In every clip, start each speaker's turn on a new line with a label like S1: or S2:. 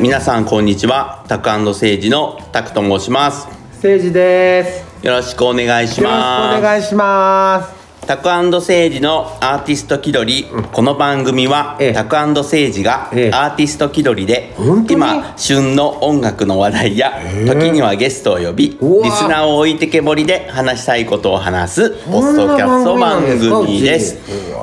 S1: 皆さんこんにちはタクセイジのタクと申します
S2: 政治です。
S1: よろしくお願いし
S2: よろしくお
S1: ま
S2: 願いします。
S1: すタクセイジのアーティスト気取り、この番組は、
S2: ええ
S1: タクセイジがア
S2: ええ
S1: ーティスト気取りで、
S2: 本当に
S1: 今旬の音楽の話題や、
S2: え
S1: 時にはゲストを呼びリス
S2: うわ
S1: ナーを置いてけぼりで話したいことを話すポ
S2: ん
S1: ス
S2: な
S1: トキャスト番
S2: 番組なんですか
S1: 組です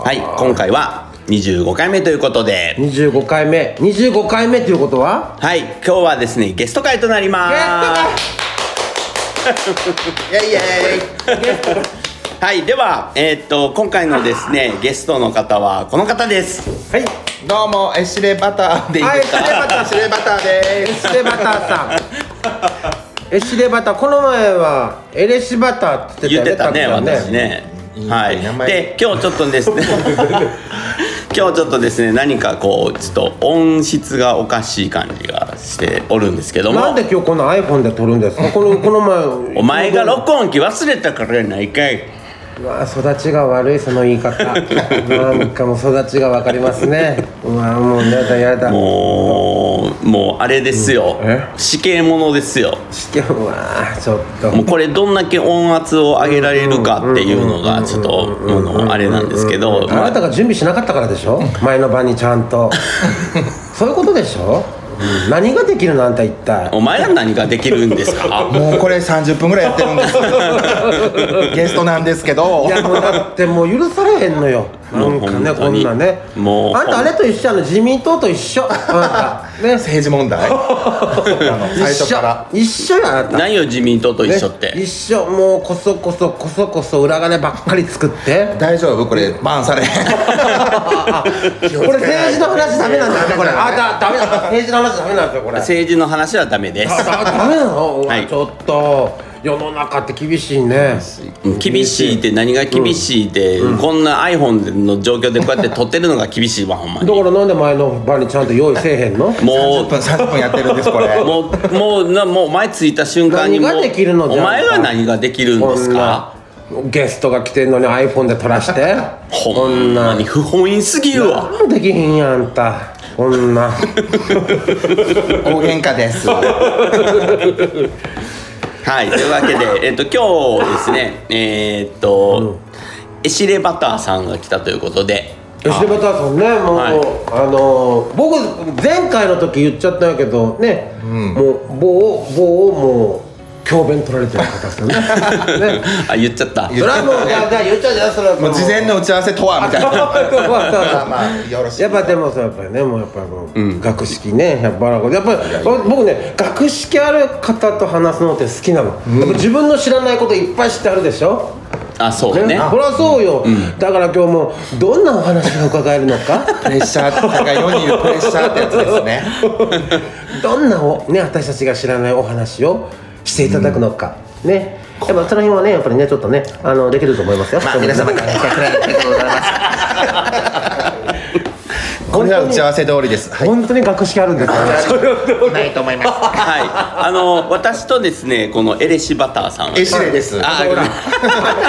S2: う
S1: はい今回は25回目ということで
S2: 二十五回目、二十五回目ということは？
S1: はい今日はですねゲスト会となります イエイイはいでは、えーっと今回のですねゲストの方はこの方です
S2: はい。
S3: どうもエシレバターでいいですか。
S2: はい
S3: シレバターで
S2: エ
S3: す。
S2: シレバターさん。エシレバター、この前はエレシバターって
S1: 言っ
S2: 言ってて
S1: た
S2: たよ
S1: ね
S2: タクちゃん
S1: 私ね
S3: いい
S1: はい
S3: 名前
S1: で今日ちょっとですね今日ちょっとですね何かこうちょっと音質がおかしい感じがしておるんですけども
S2: なんで今日この iPhone で撮るんですか？このこの前。
S1: お前が録音機忘れたからやないかいう
S2: わ育ちが悪いその言い 方なんかもう育ちがわかりますねうわもうやだやだ
S1: もうもうあれですよ
S2: うんえ
S1: 死刑ものですよ
S2: してうわちょっと
S1: もうこれどんだけ音圧を上げられるかっていうのがちょっともうあれなんですけど
S2: あなたが準備しなかったからでしょ前の晩にちゃん とそういうことでしょ、うん何ができるのあんた一体
S1: お前が何ができるんです か
S3: もうこれ三十分ぐらいやってるんです。ゲストなんですけど
S2: い。やもうだってもう許されへんのよなんか
S1: もう
S2: ね
S1: 本当
S2: こん
S1: に
S2: なね
S1: もう
S2: あんたあれと一緒あの自民党と 一緒あんたね
S3: 政治問題。あの最
S2: 一
S3: 初
S2: 緒
S3: から。
S2: 一緒やあんた
S1: 何よ自民党と一緒っ
S2: ね
S1: て
S2: 一緒もうこそこそこそこそ裏金ばっかり作って
S3: 大丈夫これバンされ。
S2: これ政治の話ダメなんですよこれあだダメだ政治の話ダメなんですよこれ
S1: 政治の話はダメです
S2: あダメなの、うわ
S1: はい
S2: ちょっと世の中って厳しいね
S1: 厳しいって何が厳しいってこんな iPhone の状況でこうやって撮ってるのが厳しいわほんまに
S2: だからなんで前の晩にちゃんと用意せえへんの
S1: も
S3: 30分三十分やってるんですこれ
S1: う。もうもうなもう前着いた瞬間にもう
S2: 何ができるの
S1: お
S2: じゃあ
S1: 前は何ができるんですか
S2: こんなゲストが来てんのに iPhone で撮らして
S1: ほんまに不本意すぎるわ
S2: 何もできへんやんあんたこんな
S3: 大喧嘩です。
S1: はい、というわけ で、えっと、今日ですね、えーっと、エシレバターさんが来たということで、
S2: 吉田バタさんねもう、
S1: はい
S2: あのー僕前回の時言っちゃったんやけどね、もう棒棒をもう教鞭取られてる方ですよね ね
S1: あ、言っちゃった。
S2: それはもうじゃあじゃあ言っちゃうじゃんそれは
S3: も う事前の打ち合わせとはみたいな。まあまあよろしい
S2: やっぱでもさやっぱりねもうやっぱもう、学識ねやっぱやっぱり僕ね学識ある方と話すのって好きなの、やっぱ自分の知らないこといっぱい知ってあるでしょ
S1: あ、そうだね。
S2: そりゃそうよ、だから今日もどんなお話が伺えるのか
S3: プレッシャーとか世に言うプレッシャーってやつですね。
S2: どんなお、ね、私たちが知らないお話をしていただくのか、ねやっぱその辺はねやっぱりねちょっとねあのできると思いますよ、
S3: まあ皆様からご覧いただきありがとうございます。これは打ち合わせ通りです。はい。
S2: 本当に学識あるんですよね
S3: ないと思います。
S1: はい、あの、私とですね、このエレシバターさんは
S3: エ
S1: です
S3: シ
S1: ね。
S3: レです。
S1: あ、
S2: ほら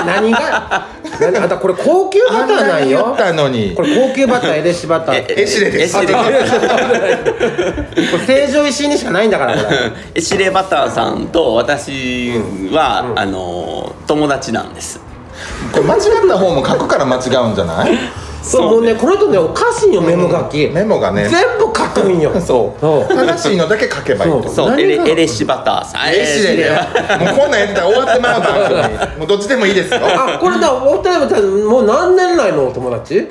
S2: 何が何あんたこれ高級バターなん
S3: あ
S2: よ
S3: んなに言ったのに
S2: これ高級バターエレシバター
S1: え
S2: こ
S3: エシレです
S1: エシレ
S2: れ成城石井にしかないんだからこれ
S1: エシレバターさんと私は、あの、友達なんです。
S3: これ間違った方も書くから間違うんじゃない
S2: そうもうねこの人ねおかしいよメモ書き
S3: メモがね
S2: 全部書くんよ
S3: そう
S2: そう
S3: 正しいのだけ書けばいいと
S2: そう
S1: そう、エ
S2: 何が
S1: レ、エレシバターさん。
S3: エシレでもうこんなんやってたら終わってまう番組もうどっちでもい いですよ
S2: あこれだお二人ももう何年来のお友達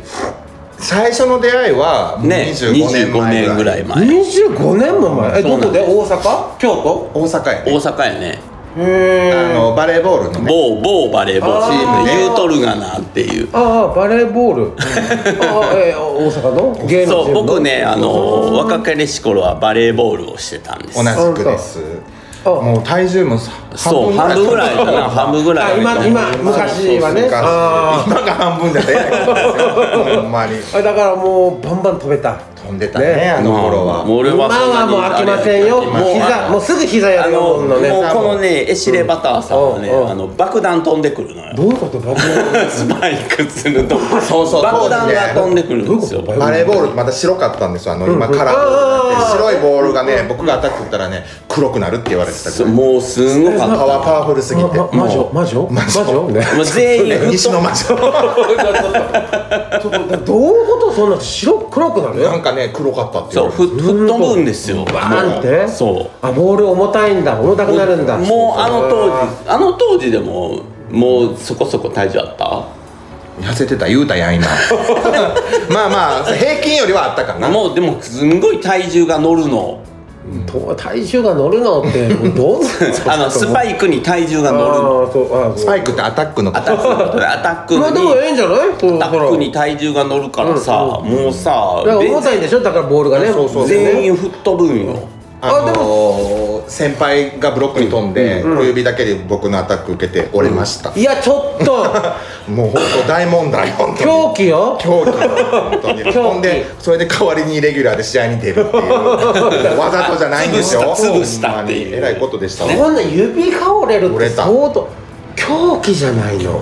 S3: 最初の出会いはもう
S1: ね、
S3: 25
S1: 25
S3: 年前
S1: 年ぐ
S3: ぐら
S1: ら
S3: い
S1: い前。
S2: 25年も前え
S1: そう
S2: ど
S1: な
S2: こ
S1: んで
S2: です大阪京都
S3: 大阪や
S1: 大
S3: ね
S1: 阪やね。
S2: へ
S3: あ
S2: え
S3: のバレーボールのね
S1: 某某バレーボールチームでユートルガナーっていう
S2: ああバレーボールああえー大阪の芸能
S1: そう
S2: 人の
S1: 僕ねあの若かりし頃はバレーボールをしてたんです
S3: 同じくです
S2: あ
S3: もう体重もさ
S1: そう半分ぐらいかな半分ぐら
S2: あ
S1: い
S2: 今今昔はね
S3: 昔
S2: あ
S3: 今が半分じゃ出ないですよほんまに
S2: あだからもうバンバン飛べた
S3: 飛んでたね
S2: ね
S3: あの頃は、
S1: まあもう俺
S2: 今
S1: はそんな
S2: は
S1: に
S2: もう飽きませんよ
S1: あれ
S2: もう膝もうすぐ膝や
S1: あ
S2: るよ
S1: の、
S2: ほんのね
S1: もうこのねエシレバターさんはね、
S2: うんうん
S1: あの爆弾飛んでくるのよ
S2: どういうこと爆弾
S1: スパイクすると
S3: そうそう
S1: 爆弾が飛んでくるんですよ
S2: どういうこと
S3: バレーボールまた白かったんですよあの今カラフルになって白いボールがね僕が当たってたらね黒くなるって言われてたぐ
S1: そ
S3: らい
S1: もうすんごかっ
S3: パ
S1: た
S3: ワーパワフルすぎて
S2: ま魔女魔女魔女ね
S1: もう全員
S3: 西の魔女
S2: ちょっとだどういうことそんな白黒くなる
S3: なんかね黒かったって
S1: そう
S3: 言われ
S1: ふ吹っ飛ぶんですよ
S2: バーンって
S1: そう
S2: あボール重たいんだ重たくなるんだ
S1: もうあの当時あの当時でももうそこそこ体重あった
S3: て痩せてた言うたやん今 まあまあ平均よりはあったかな
S1: もうでもすんごい体重が乗るの
S2: と体重が乗るのってどうすん
S1: あのスパ
S2: イ
S1: イクに体重が乗るの
S2: あーそうあー
S3: ス
S2: そう
S3: パイクってアタックのこ
S1: アタ
S3: と
S1: ックのことでアタック
S2: まあでもえ
S1: に
S2: えんじゃないそう
S1: アタ
S2: だから
S1: ックに体重が乗るからさもうさ
S2: だから重たいんでしょだからボールがねそう
S3: そう
S1: 全員吹っ飛ぶんよ
S3: あの
S2: あで
S3: 先輩がブロックに飛んで、小指だけで僕のアタック受けて折れました、
S2: いやちょっ と
S3: もう本当大問題本当に
S2: 狂気よ
S3: 狂気本当に
S2: 狂気
S3: ほんでそれで代わりにレギュラーで試合に出るっていうわざとじゃないんです
S1: 潰
S3: よ
S1: した潰したっていう
S3: ほんまにえらいことでしたわ、
S2: こんな指が折れるっ
S3: 折
S2: て
S3: れた
S2: 相当狂気じゃない の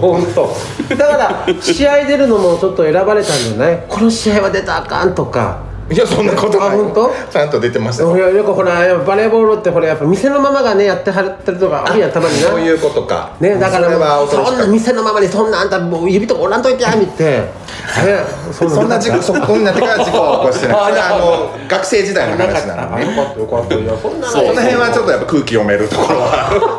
S2: 本当だから試合出るのもちょっと選ばれたんじゃないこの試合は出たらあかんとか
S3: いやそんなことない
S2: あ本当
S3: ちゃんと出てましたよ
S2: 俺はよくほらバレーボールってほらやっぱ店のままがねやってはってるとかあるやんたまにな
S3: そういうことか
S2: ねだから
S3: それは
S2: もう
S3: 恐ろし
S2: そん
S3: か
S2: な
S3: っ
S2: 店のままにそんなあんたもう指とか折らんといてやみって、ね、そ
S3: たそんな
S2: 時
S3: 事
S2: 間
S3: 故そこになってから事故は起こして ないそれはあの学生時代の話なのね
S2: よかったよかったいやそんな
S3: その辺はちょっとやっぱ空気読めるところは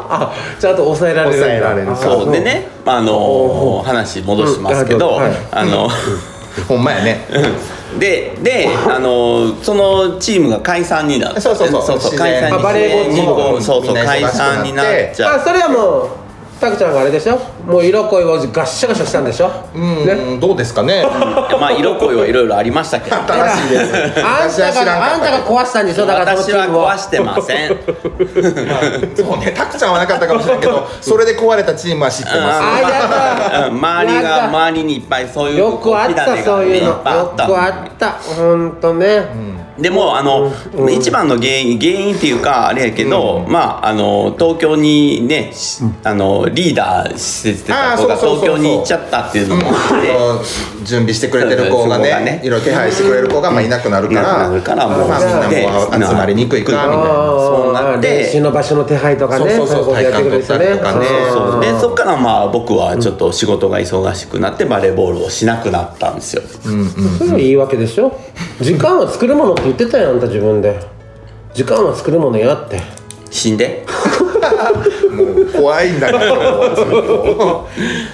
S2: あちゃんと抑えられるんだ
S3: 抑えられる
S2: あ
S1: そうでねあの話戻しますけど
S2: うん
S1: あの
S3: ほんまやね
S1: でであのそのチームが解散になって
S3: そうそうそう自然
S1: 解散
S2: あバレーボール
S1: に
S2: も
S1: こうそうそう
S3: みんな忙しく
S1: 解
S3: なって
S1: 散になっち
S2: あ
S1: ゃ
S2: それはもうたくちゃんがあれでしょもう色恋をガッシャガシャしたんでしょ
S3: うん、
S2: ね
S3: どうですか ね
S1: ういやまあ色恋はいろいろありましたけど ね
S3: 新しいです
S2: あん
S3: 私は
S2: た
S3: 知らん
S2: があ
S3: か
S2: ん
S3: った
S2: た
S3: け
S2: が壊したんでしょだからそのチ
S1: 私は
S2: ームを
S1: 壊してませんうん
S3: どそうねたくちゃんはなかったかもしれんけどそれで壊れたチームは知ってます
S2: あやだ
S1: うん周り
S2: やだ
S1: が周りにいっぱいそういう
S2: よくあっ
S1: 火種が
S2: た
S1: ね
S2: そういうの
S1: い
S2: よ
S1: っ
S2: く
S1: ぱいあった
S2: あったほんとね
S1: でもあの、一番の原因原因っていうかあれやけど、まああの東京にね、しあのリーダーして
S3: あ
S1: た
S3: ー
S1: 子が
S3: そうそ
S1: 東
S3: うそうそ
S1: 京
S3: う
S1: に行っちゃったっていうのもあって。
S3: うん準備してくれてる子が
S1: そうそうそう
S3: ねいろいろ手配してくれる子がまあいなくなるか
S1: な
S3: ら
S1: くなるからもう
S3: まあみんなもう集まりにくいかみたい
S1: うん
S3: な
S1: そうなって
S2: 練習の場所の手配とかね
S3: そうそ
S2: い
S3: うそう
S2: ことやってくれる
S3: 体幹取ったり
S1: そ
S3: と
S1: う
S3: か
S1: そう
S2: ね
S1: でそっからまあ僕はちょっと仕事が忙しくなってバレーボールをしなくなったんですよ、
S2: うんそれはいいわけでしょ時間は作るものって言ってたやんあんた自分で時間は作るものやって
S1: 死んで
S3: もう怖いんだけど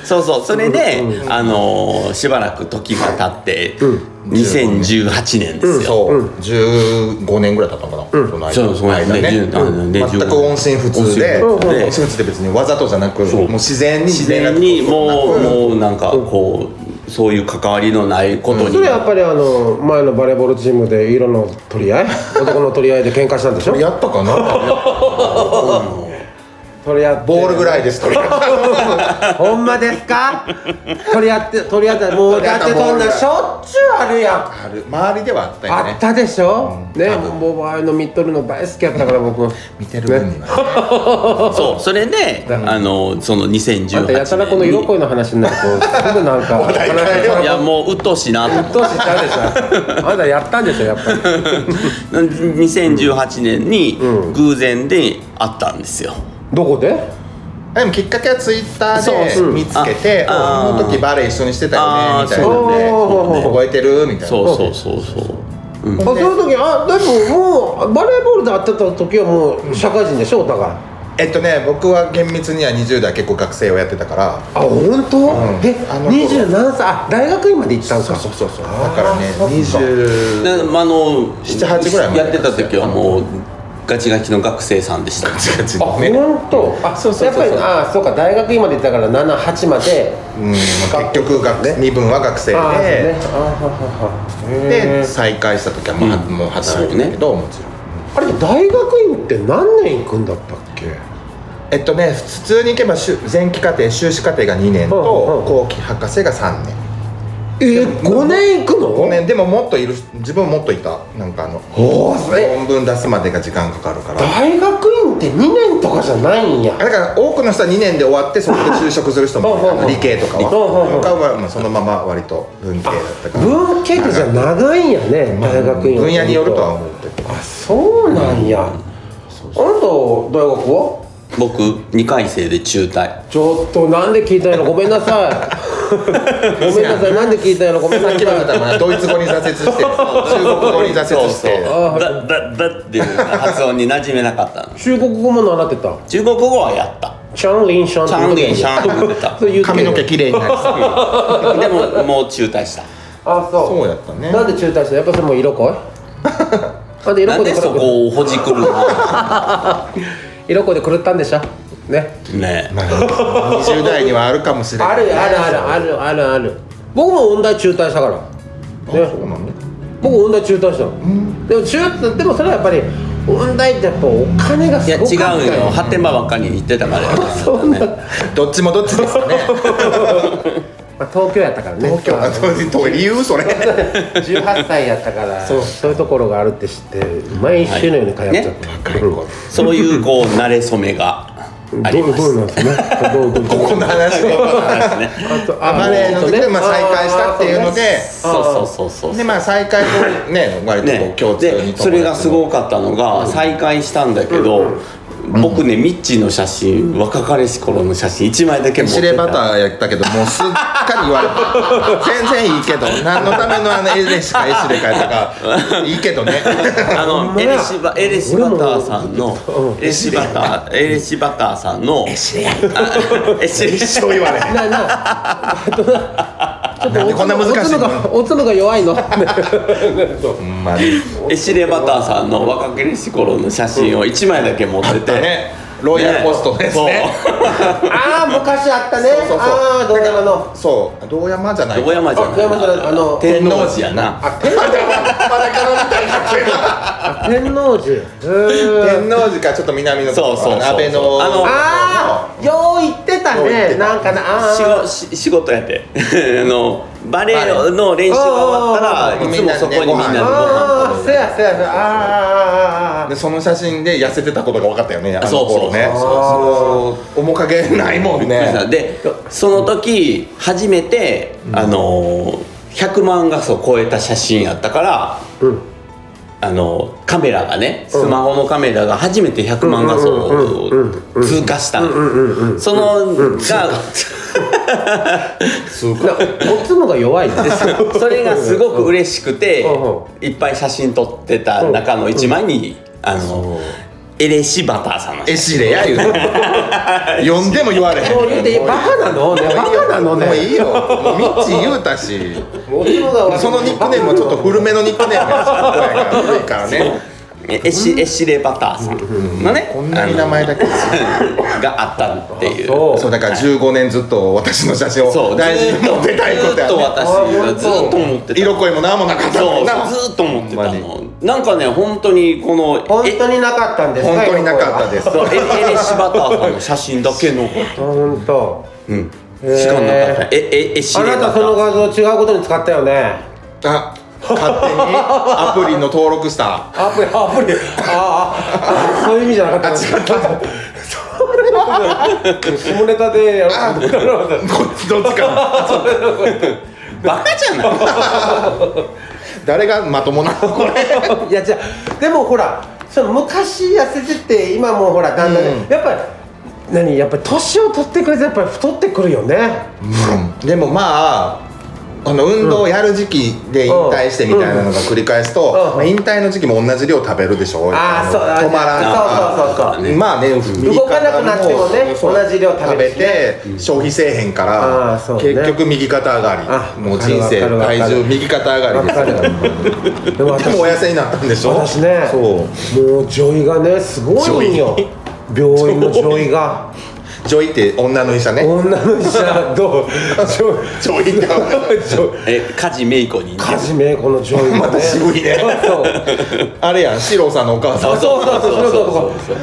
S1: そうそうそれで、あのーしばらく時が経って、2018年ですよ、
S3: そう15年ぐらい経ったのかなその間
S1: そうそう
S3: 間
S1: ね
S3: ね
S1: 10
S3: うん
S1: ね
S3: 全
S1: 10
S3: く音信不通で
S1: 音信不通で
S3: 音信不通って別にわざとじゃなくもう自然に
S1: 自然にもうもうなんかこうそういう関わりのないことに
S2: それやっぱりあの前のバレーボールチームで色の取 り合い男の取り合いで喧嘩したんでしょ
S3: やった かな
S2: 取り合って
S3: ボールぐら いですとりあえず
S2: ほんまですか取り合って取り合ってもう
S3: 取り合
S2: だ
S3: っ
S2: ったてそ
S3: ボー
S2: ん
S3: ル
S2: な
S3: が
S2: しょっちゅうあるやん
S3: ある周りではあったよ
S2: あ
S3: ね
S2: ったでしょ、
S3: うん
S2: ね
S3: 多分
S2: もうああいうの見とるの大好きやったから僕
S3: 見てる分には
S1: そうそれで、あのその
S2: あ
S1: 2018
S2: んたやたらこ
S1: 年
S2: の
S1: に
S2: 色恋の話になるとすぐ なんか話
S3: 題変えよう
S1: いやもう鬱陶しいなと思って
S2: どうしちゃうでしょあんたやったんでしょやっぱり
S1: 2018年に
S2: うん
S1: 偶然で会ったんですよ、
S2: どこで
S3: でもきっかけはツイッター
S1: そう
S3: で見つけて「こ
S1: ああー
S3: の時バレエ一緒にしてたよ
S1: ああ
S3: ね」みた
S1: そ
S3: いな
S1: うだね
S2: おー
S1: そうだね
S3: 覚えてるみたいな
S1: そうそうそうそう、うん
S2: あその時あでももうバレーボールで会ってた時はもう社会人でしょお互い
S3: えっとね僕は厳密には20代結構学生をやってたから
S2: あ本当、
S3: ん
S2: え
S3: あの頃
S2: 二十何歳あ大学院まで行ったんか
S3: そうそうそうだからね20
S1: でまああの
S3: 78ぐらいまで
S1: やってた時はもうガチガチの学生さんでした
S3: 近
S2: あ
S3: 々ね
S2: 本当あ
S3: そうそうそうそう
S2: やっぱりあそうか大学院まで行ったから七八まで
S3: うん結局学身分は学生
S2: ああ
S3: で
S2: ねあははは
S3: で
S2: へー
S3: 再会した時はまあもう働いてたけどもちろん
S2: あれ大学院って何年行くんだったっけ
S3: えっとね普通に行けば修前期課程修士課程が2年と
S2: うんうん
S3: 後期博士が3年
S2: えー、5年行くの
S3: 5年でももっといる自分もっといたなんかあの
S2: おーそれ
S3: 論文出すまでが時間かかるから
S2: 大学院って2年とかじゃないんや
S3: だから多くの人は2年で終わってそこで就職する人もいる
S2: ほうほう
S3: あ
S2: ほ
S3: の
S2: う
S3: 理系とかは
S2: ほうほうほう
S3: 他はまあそのまま割と文系だったから
S2: 文系ってじゃあ長いんやね
S3: まあ
S2: 大学院は
S3: 分野によるとは思 うけど
S2: あそうなんや、あなた大学は
S1: 僕2回生で中退
S2: ちょっとなんで聞いたんやろごめんなさいごめんなさいなんで聞いたんやろごめんなさ
S3: さっ
S2: い
S3: きも言ったらまあドイツ語に 挫折して中国語に挫折して
S1: そうだだだっていう発音に馴染めなかったの
S2: 中国語も習ってた
S1: 中国語はやった
S2: チャンリンシャン
S1: チャンリンシャンって言ってた
S2: ン
S3: 髪の毛綺麗になりそう
S1: でももう中退した
S2: あそう
S3: そうやったね
S2: なんで中退したやっぱそれもう色恋なんで色
S1: なん
S2: 恋
S1: で
S2: で狂っ
S1: そこをほじくるの
S2: 色恋で狂ったんでしょね
S1: ね
S3: まあ20代にはあるかもしれない
S2: あるあるあるあるあるある僕も音大中退したから
S3: あ
S2: ね
S3: そうなんだ
S2: 僕音大中退したの、でも中退でもそれはやっぱり音大ってやっぱお金が
S1: いや
S2: すごか
S1: 違
S2: った
S1: うよ発展場ばっかり行ってたから
S2: そんな、ま
S3: どっちもどっちですかね
S2: あ、東京やったからね
S3: 東京あそう理由それ
S2: 18歳やったからそういうところがあるって知って毎週のように通っちゃって、
S1: そういうこう慣れ初めがあり
S2: どう
S1: ま
S2: どう
S1: す
S2: なんですねどうどうどう
S3: ここの話で
S1: ね
S2: あと
S3: 暴れの時でまあ再会したっていうので
S1: そうそうそうそう
S3: でまあ再会後ね割とこ
S1: ね
S3: う共通に
S1: でそれがすごかったのが再会したんだけど、僕ねミッチーの写真若かりし頃の写真1枚だけ持っ
S3: 知
S1: て
S3: れ
S1: た
S3: バターやったけどもうすっかり言われた全然いいけど何のためのあの絵でしか絵師で描い たかいいけどね
S1: あ
S2: ほん
S1: の
S2: ま
S1: エ
S2: や
S1: レシバエレシバターさんのエレシバターエレシバターさんのエシレエ
S3: 一
S1: シ
S3: 生言われへん
S2: ななちょっと
S3: なんでこんな難しいの
S2: おつむが弱いの
S3: ほんま に
S1: エシレバターさんの若かりし頃の写真を1枚だけ持ってて、
S3: ねロイヤルポストですね
S2: ああ昔あったね
S3: そうそうそう
S2: ああどうやらの
S3: そう道山じゃない
S1: そう小山じゃ
S2: あ小山じゃ
S1: な
S2: ない
S1: い
S2: あの
S1: 天王寺やな
S2: あ天王寺あ天王寺へー
S3: 天王寺かちょっと南のとこ
S1: そうそうそう
S3: 安倍の
S1: あの
S2: ああよう言ってた
S3: よう言って
S2: ね
S3: た
S2: なんかなあ
S1: 仕
S2: ー
S1: 事し仕事やってあのバレエの練習が終わったら
S3: バレ
S1: い
S3: エ
S1: つもそこにみんなでご飯
S2: あーせやせやせやあーあーあーあ
S3: で
S2: ー
S3: その写真で痩せてたことが分かったよねあの頃ね
S1: そうそう
S3: そう面影ないもんね
S1: でその時初めて、あの100万画素超えた写真やったから
S2: うん
S1: あのカメラがねスマホのカメラが初めて100万画素を通過したのそのが
S3: そう
S2: なおつむが弱いね
S1: それがすごく嬉しくて
S2: う
S1: いっぱい写真撮ってた中の一枚にあのエレシバターさんの
S3: エシレや言うて呼んでも言われへん
S2: そう言うてバカなのねバカなのね
S3: もういいよもうミッチー言うたし
S2: おつむが悪い
S3: そのニックネームはちょっと古めのニックネームやし古いからね
S1: エシエシレバターさんのね
S3: こんなに名前だけ
S1: があったっていう
S2: そう
S3: そうだから15年ずっと私の写真
S1: そ
S3: を
S1: う
S3: 大事に持ってたいこと
S1: ずっ
S3: や
S1: と
S3: ね
S1: 私がずっと思ってた
S3: 色恋も何もなかった
S1: そ
S3: もん
S1: う
S3: な
S1: ずっと思ってた
S3: ほ
S1: のなんかね本当にこの
S2: 本
S1: え
S2: 当になかったんです
S3: 本当になかったですす
S1: そうエエレシバターさんの写真だけ残って
S2: 本当
S1: うんしかもなかったええエシ
S2: あ
S1: レバ
S2: な
S1: タ
S2: たその画像違うことに使ったよね
S3: あ勝手にアプリの登 録した
S2: アプリアプリあああそういう意味じゃなかった違った下ネタでやろうと思ったの
S3: こっちどっちか
S1: バカじゃない
S3: 誰がまともなのこれ
S2: いやじゃあでもほらその昔痩せてて今もうほらだんだんね、
S3: うん
S2: やっぱり何やっぱり年を取ってくれてやっぱり太ってくるよね
S3: でもまああの運動をやる時期で引退してみたいなのが繰り返すと、
S2: うんうん
S3: まあ引退の時期も同じ量食べるでしょ
S2: あーそうあー
S3: 止まらん
S2: そうそうそうそう
S1: ね
S3: まあね
S2: 動かなくなってもね
S3: 右肩そう
S2: 同じ量食べるしね
S3: て消費せえへんか
S2: あー
S3: ら、
S2: そうね
S3: 結局右肩上が
S2: あ
S3: りもう人生
S2: わかるわかる
S3: 体重右肩上がり
S2: わ
S3: で
S2: かるでも
S3: すで
S2: 私
S3: もお痩せになったんでしょ
S2: 私ね
S3: そう
S2: もう女医がねすごいんよ病院の女医が
S3: ジョイって女の医者ね
S2: 女の医者どうジョ
S3: ジョイって女の医
S2: イジョイ
S1: え梶芽衣子に似て
S2: カ
S1: る
S2: ジメこのジョイがね
S3: また渋いね
S2: そう
S3: 者あれやん四郎さんのお母さん
S2: そうそうそうそうそうそう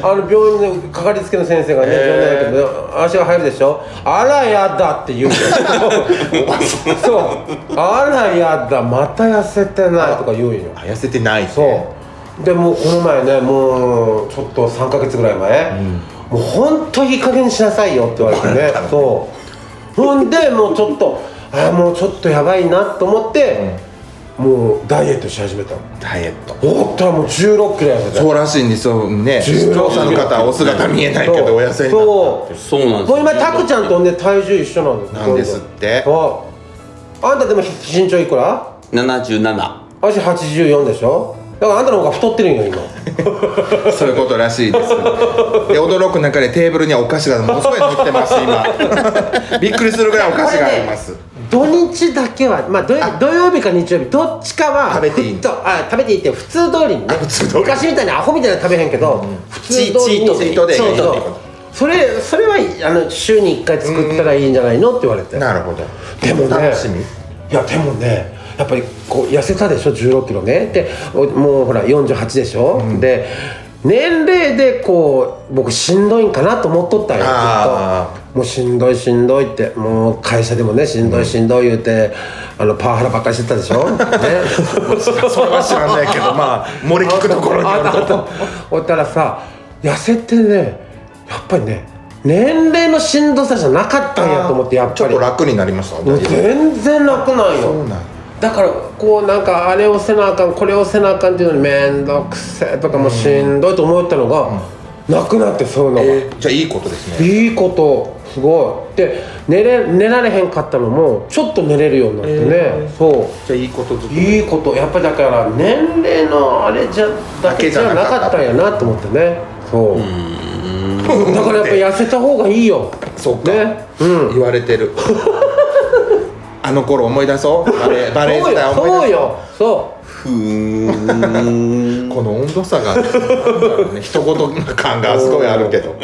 S2: あの病院のかかりつけの先生がね
S3: へー
S2: 病院だけど足が入るでしょあらやだって言うんだよそうあらやだまた痩せてないとか言うんよ
S3: あ痩せてないね
S2: そうでもうこの前ねもうちょっと3か月ぐらい前、もう本当いい加減にしなさいよって言われてねそうほんでもうちょっとああもうちょっとやばいなと思って、もうダイエットし始めたの
S3: ダイエット
S2: おったらもう1 6キロ痩せた
S3: そうらしいんですよね視
S2: 16
S3: 聴者の方はお姿見えないけどお痩せになった
S2: そう
S1: そうなんです
S2: もう今タクちゃんとね体重一緒なんです
S3: なんですって
S2: そうあんたでも身長いくら
S1: 77
S2: 足84でしょだからあんたの方が太ってるんよ 今
S3: そういうことらしいです。で驚く中でテーブルにはお菓子がものすごい乗ってます今。 びっくりするぐらいお菓子があります。
S2: 土日だけは、まあ、土土曜日か日曜日どっちかは
S3: 食べていい
S2: ふっとあ食べていいって普通通りにね
S3: 普通通り
S2: 昔みたいにアホみたいなの食べへんけど、普通通りに
S1: チーチートデイ
S2: そうそう
S3: チートデイってこと
S2: それそれはあの週に1回作ったらいいんじゃないのって言われて
S3: なるほど。
S2: でもね
S3: 楽しみ。
S2: いやでもねやっぱりこう痩せたでしょ1 6キロねでおもうほら48でしょ、で年齢でこう僕しんどいんかなと思っとったんよず
S3: あ
S2: っともうしんどいしんどいってもう会社でもねしんどいしんどい言うて、あのパワハラばっかりしてたでしょ、 ね、
S3: それは知らないけどまあ漏れ聞くところによる
S2: あったあ
S3: と。
S2: ったおったらさ痩せてねやっぱりね年齢のしんどさじゃなかったんやと思ってやっぱり
S3: ちょっと楽になりました。
S2: 全然楽なんよ
S3: なんや
S2: だからこうなんかあれをせなあかんこれをせなあかんっていうのに面倒くせえとかもうしんどいと思ったのが、なくなってそういうのが、
S3: じゃあいいことですね。
S2: いいことすごいで寝れ寝られへんかったのもちょっと寝れるようになってね、そう
S3: じゃあいいことずつ。
S2: いいことやっぱだから年齢のあれじゃだけじゃなかったんやなと思ってねそうだからやっぱ痩せた方がいいよ
S3: そうか。
S2: ねうん
S3: 言われてる。 あの頃思い出そう。バ レーバレー
S2: そう
S3: 時代
S2: よそ
S3: 思
S2: う
S3: い出そう。
S2: よそう
S1: ふーん
S3: この温度差が、なんだろうね、一言感がすごいあるけど。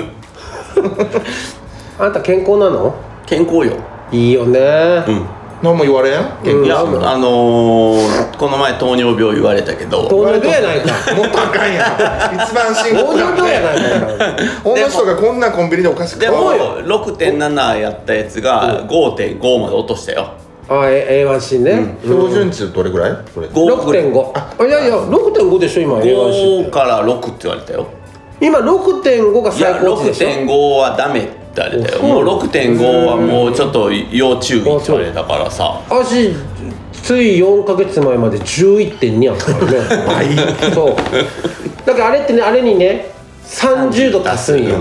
S2: あんた健康なの
S1: 健康よ
S2: いいよね、
S1: うん
S3: 何も言われん結
S1: いや
S3: 構
S1: あのー、この前糖尿病言われたけど
S2: 糖尿病やないか
S3: もっとあかんやん一番深
S2: 糖
S3: 刻
S2: 尿病やないか
S3: 女の人がこんなコンビニでおかしく
S1: でも
S3: う
S1: 6.7やったやつが5.5まで落としたよ
S2: あ A- A1C ね、
S3: 標準値どれぐらいこれ
S1: 5ぐらい
S2: 6.5いやいや6.5でしょ今 A1C
S1: 5
S2: って
S1: から6って言われたよ
S2: 今6.5が
S1: いや
S2: 最高値でしょ
S1: 6.5はダメって言われた
S2: あ
S1: よ
S2: そ
S1: も
S2: う
S1: う6.5はもうちょっと要注意って言われたからさ
S2: 足つい4ヶ月前まで11.2やっ たからねそうだからあれってねあれにね30度足すんよ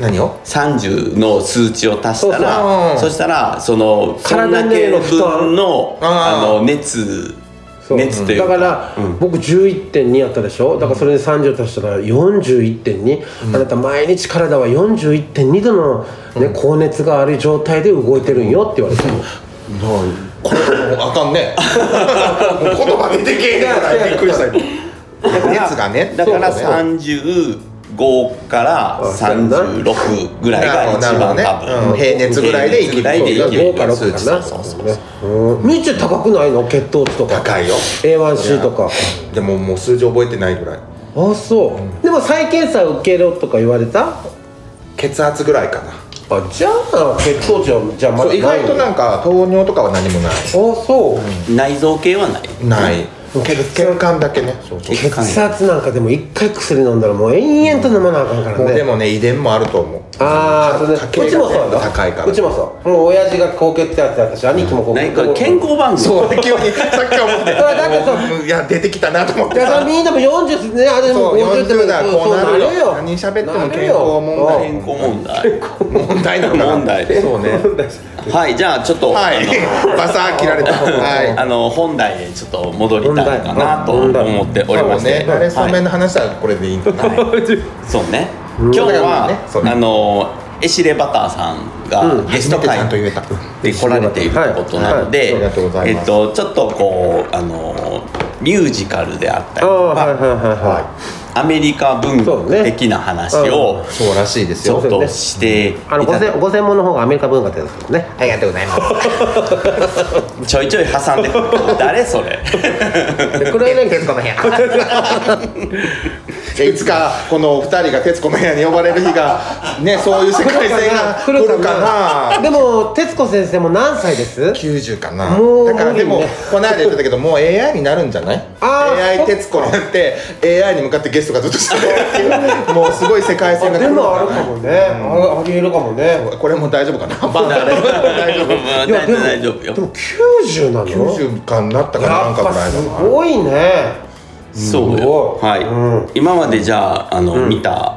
S3: 何を
S1: 30の数値を足したら
S3: そうそう
S1: そしたらそのそん
S2: 体
S1: だ
S2: にね
S1: け分の
S3: あ
S1: あ
S3: ー
S1: の熱
S2: そう
S1: 熱という
S2: だ
S1: か
S2: から、僕11.2やったでしょだからそれで30足したら41.2、あなた毎日体は41.2度の、ね高熱がある状態で動いてるんよって言われたの、
S3: これもうあかんねもう言葉出てけえへんからびっくりした熱がね
S1: だから
S3: そうね
S1: 35から36ぐらいが
S3: なるほど
S1: 一
S3: なるほど
S1: 番
S3: ね
S1: 多分、
S3: うん平熱ぐらいで生きる
S1: 平熱ぐらいで生き
S2: 5
S1: る
S2: か6かな
S1: そうそうそう
S2: うんみっちゃん高くないの血糖値とか
S3: 高いよ
S2: A1C とか
S3: でももう数字覚えてないぐらい
S2: あそう、でも再検査受けろとか言われた
S3: 血圧ぐらいかな
S2: あじゃあ血糖値はじゃあま
S3: そ
S2: だ
S3: う意外となんか糖尿とかは何もない
S2: あそう、
S1: 内臓系はない
S3: ない
S2: うん
S3: 血血管だけねそうそう
S1: 血管
S2: 血圧なんかでも一回薬飲んだらもう延々と飲まなあかんから
S3: もう
S2: ね、
S3: でもね遺伝もあると思う
S2: ああそれ
S3: 家計が
S2: うちもそうだ
S3: 高いから
S2: うちもそうもう親父が高血圧だったし兄貴も高血
S1: 何
S2: 圧
S1: か健康番組
S3: そう急にさっき思って
S2: そうだってそう
S3: もういや出てきたなと思っ
S2: い
S3: て
S2: やそれみんなも40ですねあれでも
S3: そう
S2: 50
S3: 40代
S2: で
S3: こうなるよ
S2: そう
S3: 何喋っても
S2: なる
S3: 健
S2: よ
S3: 康問題
S1: 健康問題
S3: 問題なのかな
S1: 問題
S3: そうね
S1: はいじゃあちょっと、
S3: はいバサー切られた
S1: あの
S3: は
S1: あの本題へちょっと戻りたいかなと思っておりま
S3: い
S1: し
S3: そうね
S1: て
S3: なれそ
S1: はい
S3: めの話はこれでいいんかな
S1: そうね今日は、
S3: ねそうね
S1: あのエシレバターさん
S2: う
S1: が
S2: ん
S1: ゲス
S3: 初
S1: ト
S3: めてちゃんと言
S1: 会
S3: えた
S1: で来られているということなの
S3: はい
S1: で
S3: はいありがとうござい
S1: え
S3: ます
S1: っとちょっとこうあのミュージカルであったり
S2: あ
S1: と
S2: あはいはい
S1: か
S2: はいは
S1: あアメリカ文
S2: そうね
S1: 化的な話を
S3: そうらしいです
S1: ちょ
S3: よ
S1: っとしてい
S2: あのご
S1: た
S2: 専ご専門の方がアメリカ文化ってやつですね
S3: ありがとうございます
S1: ちょいちょい挟 んでくる誰それ
S2: 黒柳徹子の部屋
S3: いつかこのお二人が『徹子の部屋』に呼ばれる日がねそういう世界線が来るかな
S2: でも徹子先生も何歳です
S3: 90かな
S2: もう
S3: だからでも
S2: 無理ね
S3: この間言ってたけどもう AI になるんじゃない
S2: あー
S3: AI 徹子になって AI に向かってゲストがずっとしてるって いうもうすごい世界線が来
S2: で
S3: るんじ
S2: もあ
S3: ゃ
S2: るか
S3: な
S2: もね、あありえるかもね
S3: いこれも大丈夫かなバカで大丈夫
S1: 大
S2: いやで
S1: 丈夫
S2: も
S1: 大丈夫よ
S2: でも90なの
S3: 90かになったかな
S2: や
S3: ん
S2: っ
S3: かぐ
S2: ぱ
S3: らい
S2: す
S3: だな
S2: ごいね
S1: そうよ
S2: すごい
S1: はい、
S2: うん
S1: 今までじゃああの、見た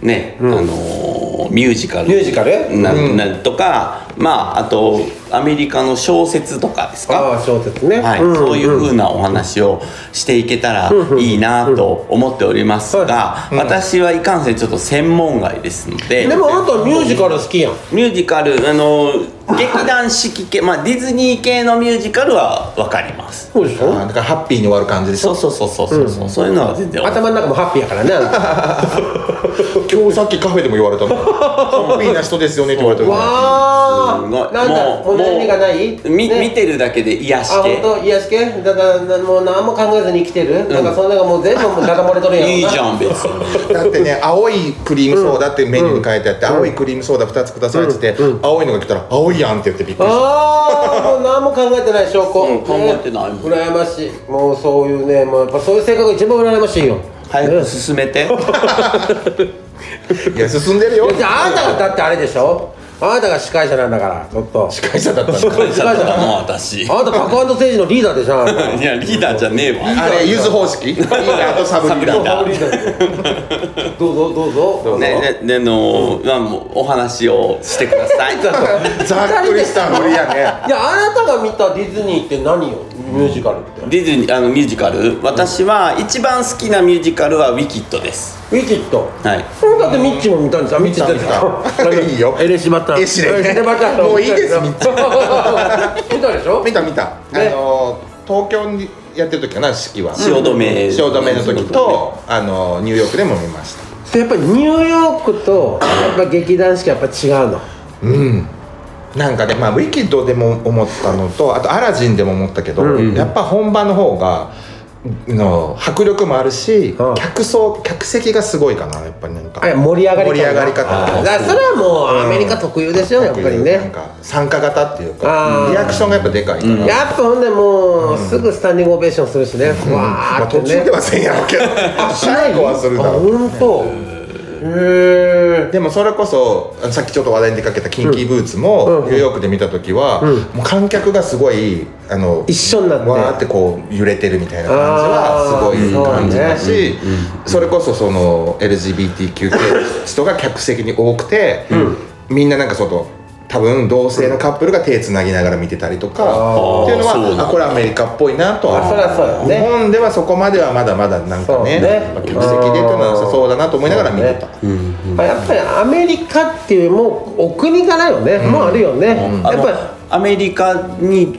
S1: ね、あのーミュージカル
S2: ミュージカル
S1: ななんとか、まああとアメリカの小説とかです
S2: あ
S1: か
S2: あ小説ね、
S1: はい
S2: ん
S1: そういう風なお話をしていけたらいいなと思っておりますが、私はいかんせんちょっと専門外ですので
S2: でもあなたミュージカル好きやん
S1: ミュージカルあの劇団四季系、まあ、ディズニー系のミュージカルは分かります
S2: そうでし
S3: あ
S2: ょ
S3: ーだからハッピーに終わる感じです
S1: そうそうそうそうそうそう、そういうのは全然
S2: 頭の中もハッピーやからね あなた
S3: 今日さっきカフェでも言われた のハッピーな人ですよねって言われたから
S2: わ
S1: す
S2: ー
S1: ご
S2: ないんだもう悩みがない
S1: み、
S2: ね
S1: 見てるだけで癒
S2: あ
S1: し
S2: 本
S1: て
S2: 当癒し系だからなもう何も考えずに生きてる、なんかその中もう全部もうダダ漏れとるやろ
S1: いい
S2: な
S1: じゃん別 に
S3: だってね青いクリームソーダってメニューに書いてあって、青いクリームソーダ2つくださいって言って、青いのが来たら「青いやん」って言ってびっくりし
S2: ああもう何も考えてない証拠、
S1: うん考えてない
S2: ね羨ましいもうそういうねもうやっぱそういう性格が一番羨ましいよ
S1: 早
S2: ね
S1: く進めて
S3: たいや進んでるよ
S2: じゃああなたがだってあれでしょあなたが司会者なんだからちょっと
S3: 司 会者だったんだ
S1: 会社だったもん私い
S2: あなたパクアンドステージのリーダーでしょあなた
S1: やリーダーじゃねえわ
S3: あれゆず方式いいねあとサブリーダー
S1: サブリー
S2: どうぞどうぞどうぞ
S1: ねねねの、まあ、もうお話をしてください
S3: ざっくりした振りやね
S2: いやあなたが見たディズニーって何よミュージカルって
S1: ディズニーあのミュージカル私は一番好きなミュージカルは「ウィキッド」です
S2: ウィキッド
S1: はい
S2: だってミッチーも見たんですよミッチー
S3: 見た見たいいよ
S2: エレシバタン
S3: エシレね
S2: バタン
S3: もういいです
S2: 見
S3: ミッ
S2: た 見たでしょ
S3: 見た見た、
S2: ね
S3: あの東京にやってる時かな式は
S1: 汐留
S3: 汐留の時とあのニューヨークでも見ました
S2: やっぱりニューヨークとやっぱ劇団四季はやっぱ違うの
S3: うんなんかね、まあ、ウィキッドでも思ったのとあと「アラジン」でも思ったけど、やっぱ本番の方がの迫力もあるし、
S2: うん
S3: 客層客席がすごいかなやっぱりなんか
S2: あ盛り上がり方
S3: 盛り上がり
S2: あ
S3: 方
S2: だからそれはもうアメリカ特有でしょやっぱり
S3: な
S2: ね
S3: んか参加型っていう
S2: あ
S3: か
S2: ー
S3: リアクションがやっぱでかいから、ま
S2: やっぱほんでもうすぐスタンディングオベーションするしねわー
S3: あ、
S2: って
S3: 途
S2: ね
S3: 中ではせんやろう けど最後はするだ
S2: あ
S3: ろう
S2: 本当へえ
S3: でもそれこそさっきちょっと話題に出かけたキンキーブーツも
S2: うん
S3: ニューヨークで見た時は、
S2: ん
S3: もう観客がすごいあの
S2: 一緒になって
S3: わーってこう揺れてるみたいな感じは
S2: あー
S3: すごい感じだ
S2: そう
S3: しそれこそその LGBTQ 系の人が客席に多くて、みんななんかその多分同性のカップルが手つなぎながら見てたりとか
S1: ー
S3: っていうの
S1: そうなん
S3: は
S1: だ
S3: あこれアメリカっぽいなとは
S2: あそりゃそうよね
S3: 日本ではそこまではまだまだなんかね
S2: そうね
S3: やっぱ客席でっていうのは良さそうだなと思いながら見てた。
S2: まあやっぱりアメリカっていうもうお国柄よね、もうあるよね、や
S1: あ
S2: っ
S1: の
S2: ぱ
S1: アメリカに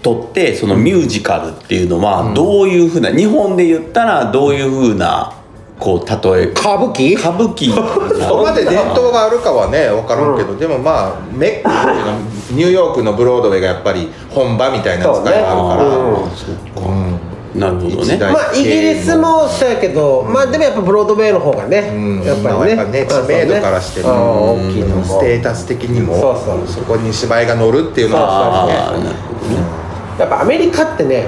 S1: とってそのミュージカルっていうのはどういうふうな、日本で言ったらどういうふうなこう例え
S2: り歌舞伎
S1: 歌舞伎
S3: そこまで伝統があるかはね分からんけど、でもまあメッカっていうのはニューヨークのブロードウェイがやっぱり本場みたいな使いがあるから、
S1: あーそうかなるほど
S3: 一
S1: ね
S3: 大
S2: まあイギリスもそうやけど、まあでもやっぱブロードウェイの方がね、
S3: うん
S2: やっぱり
S3: やっぱ
S2: ね
S3: ね知名度からして
S2: あ
S3: も
S2: ー大きいと
S3: ス
S2: 思う
S3: テータス的にも
S2: そ
S3: そう
S2: そう
S3: こに芝居が乗るっていうのは
S1: あ
S3: そう
S1: あなる
S3: だね
S1: ほどね
S2: やっぱアメリカってね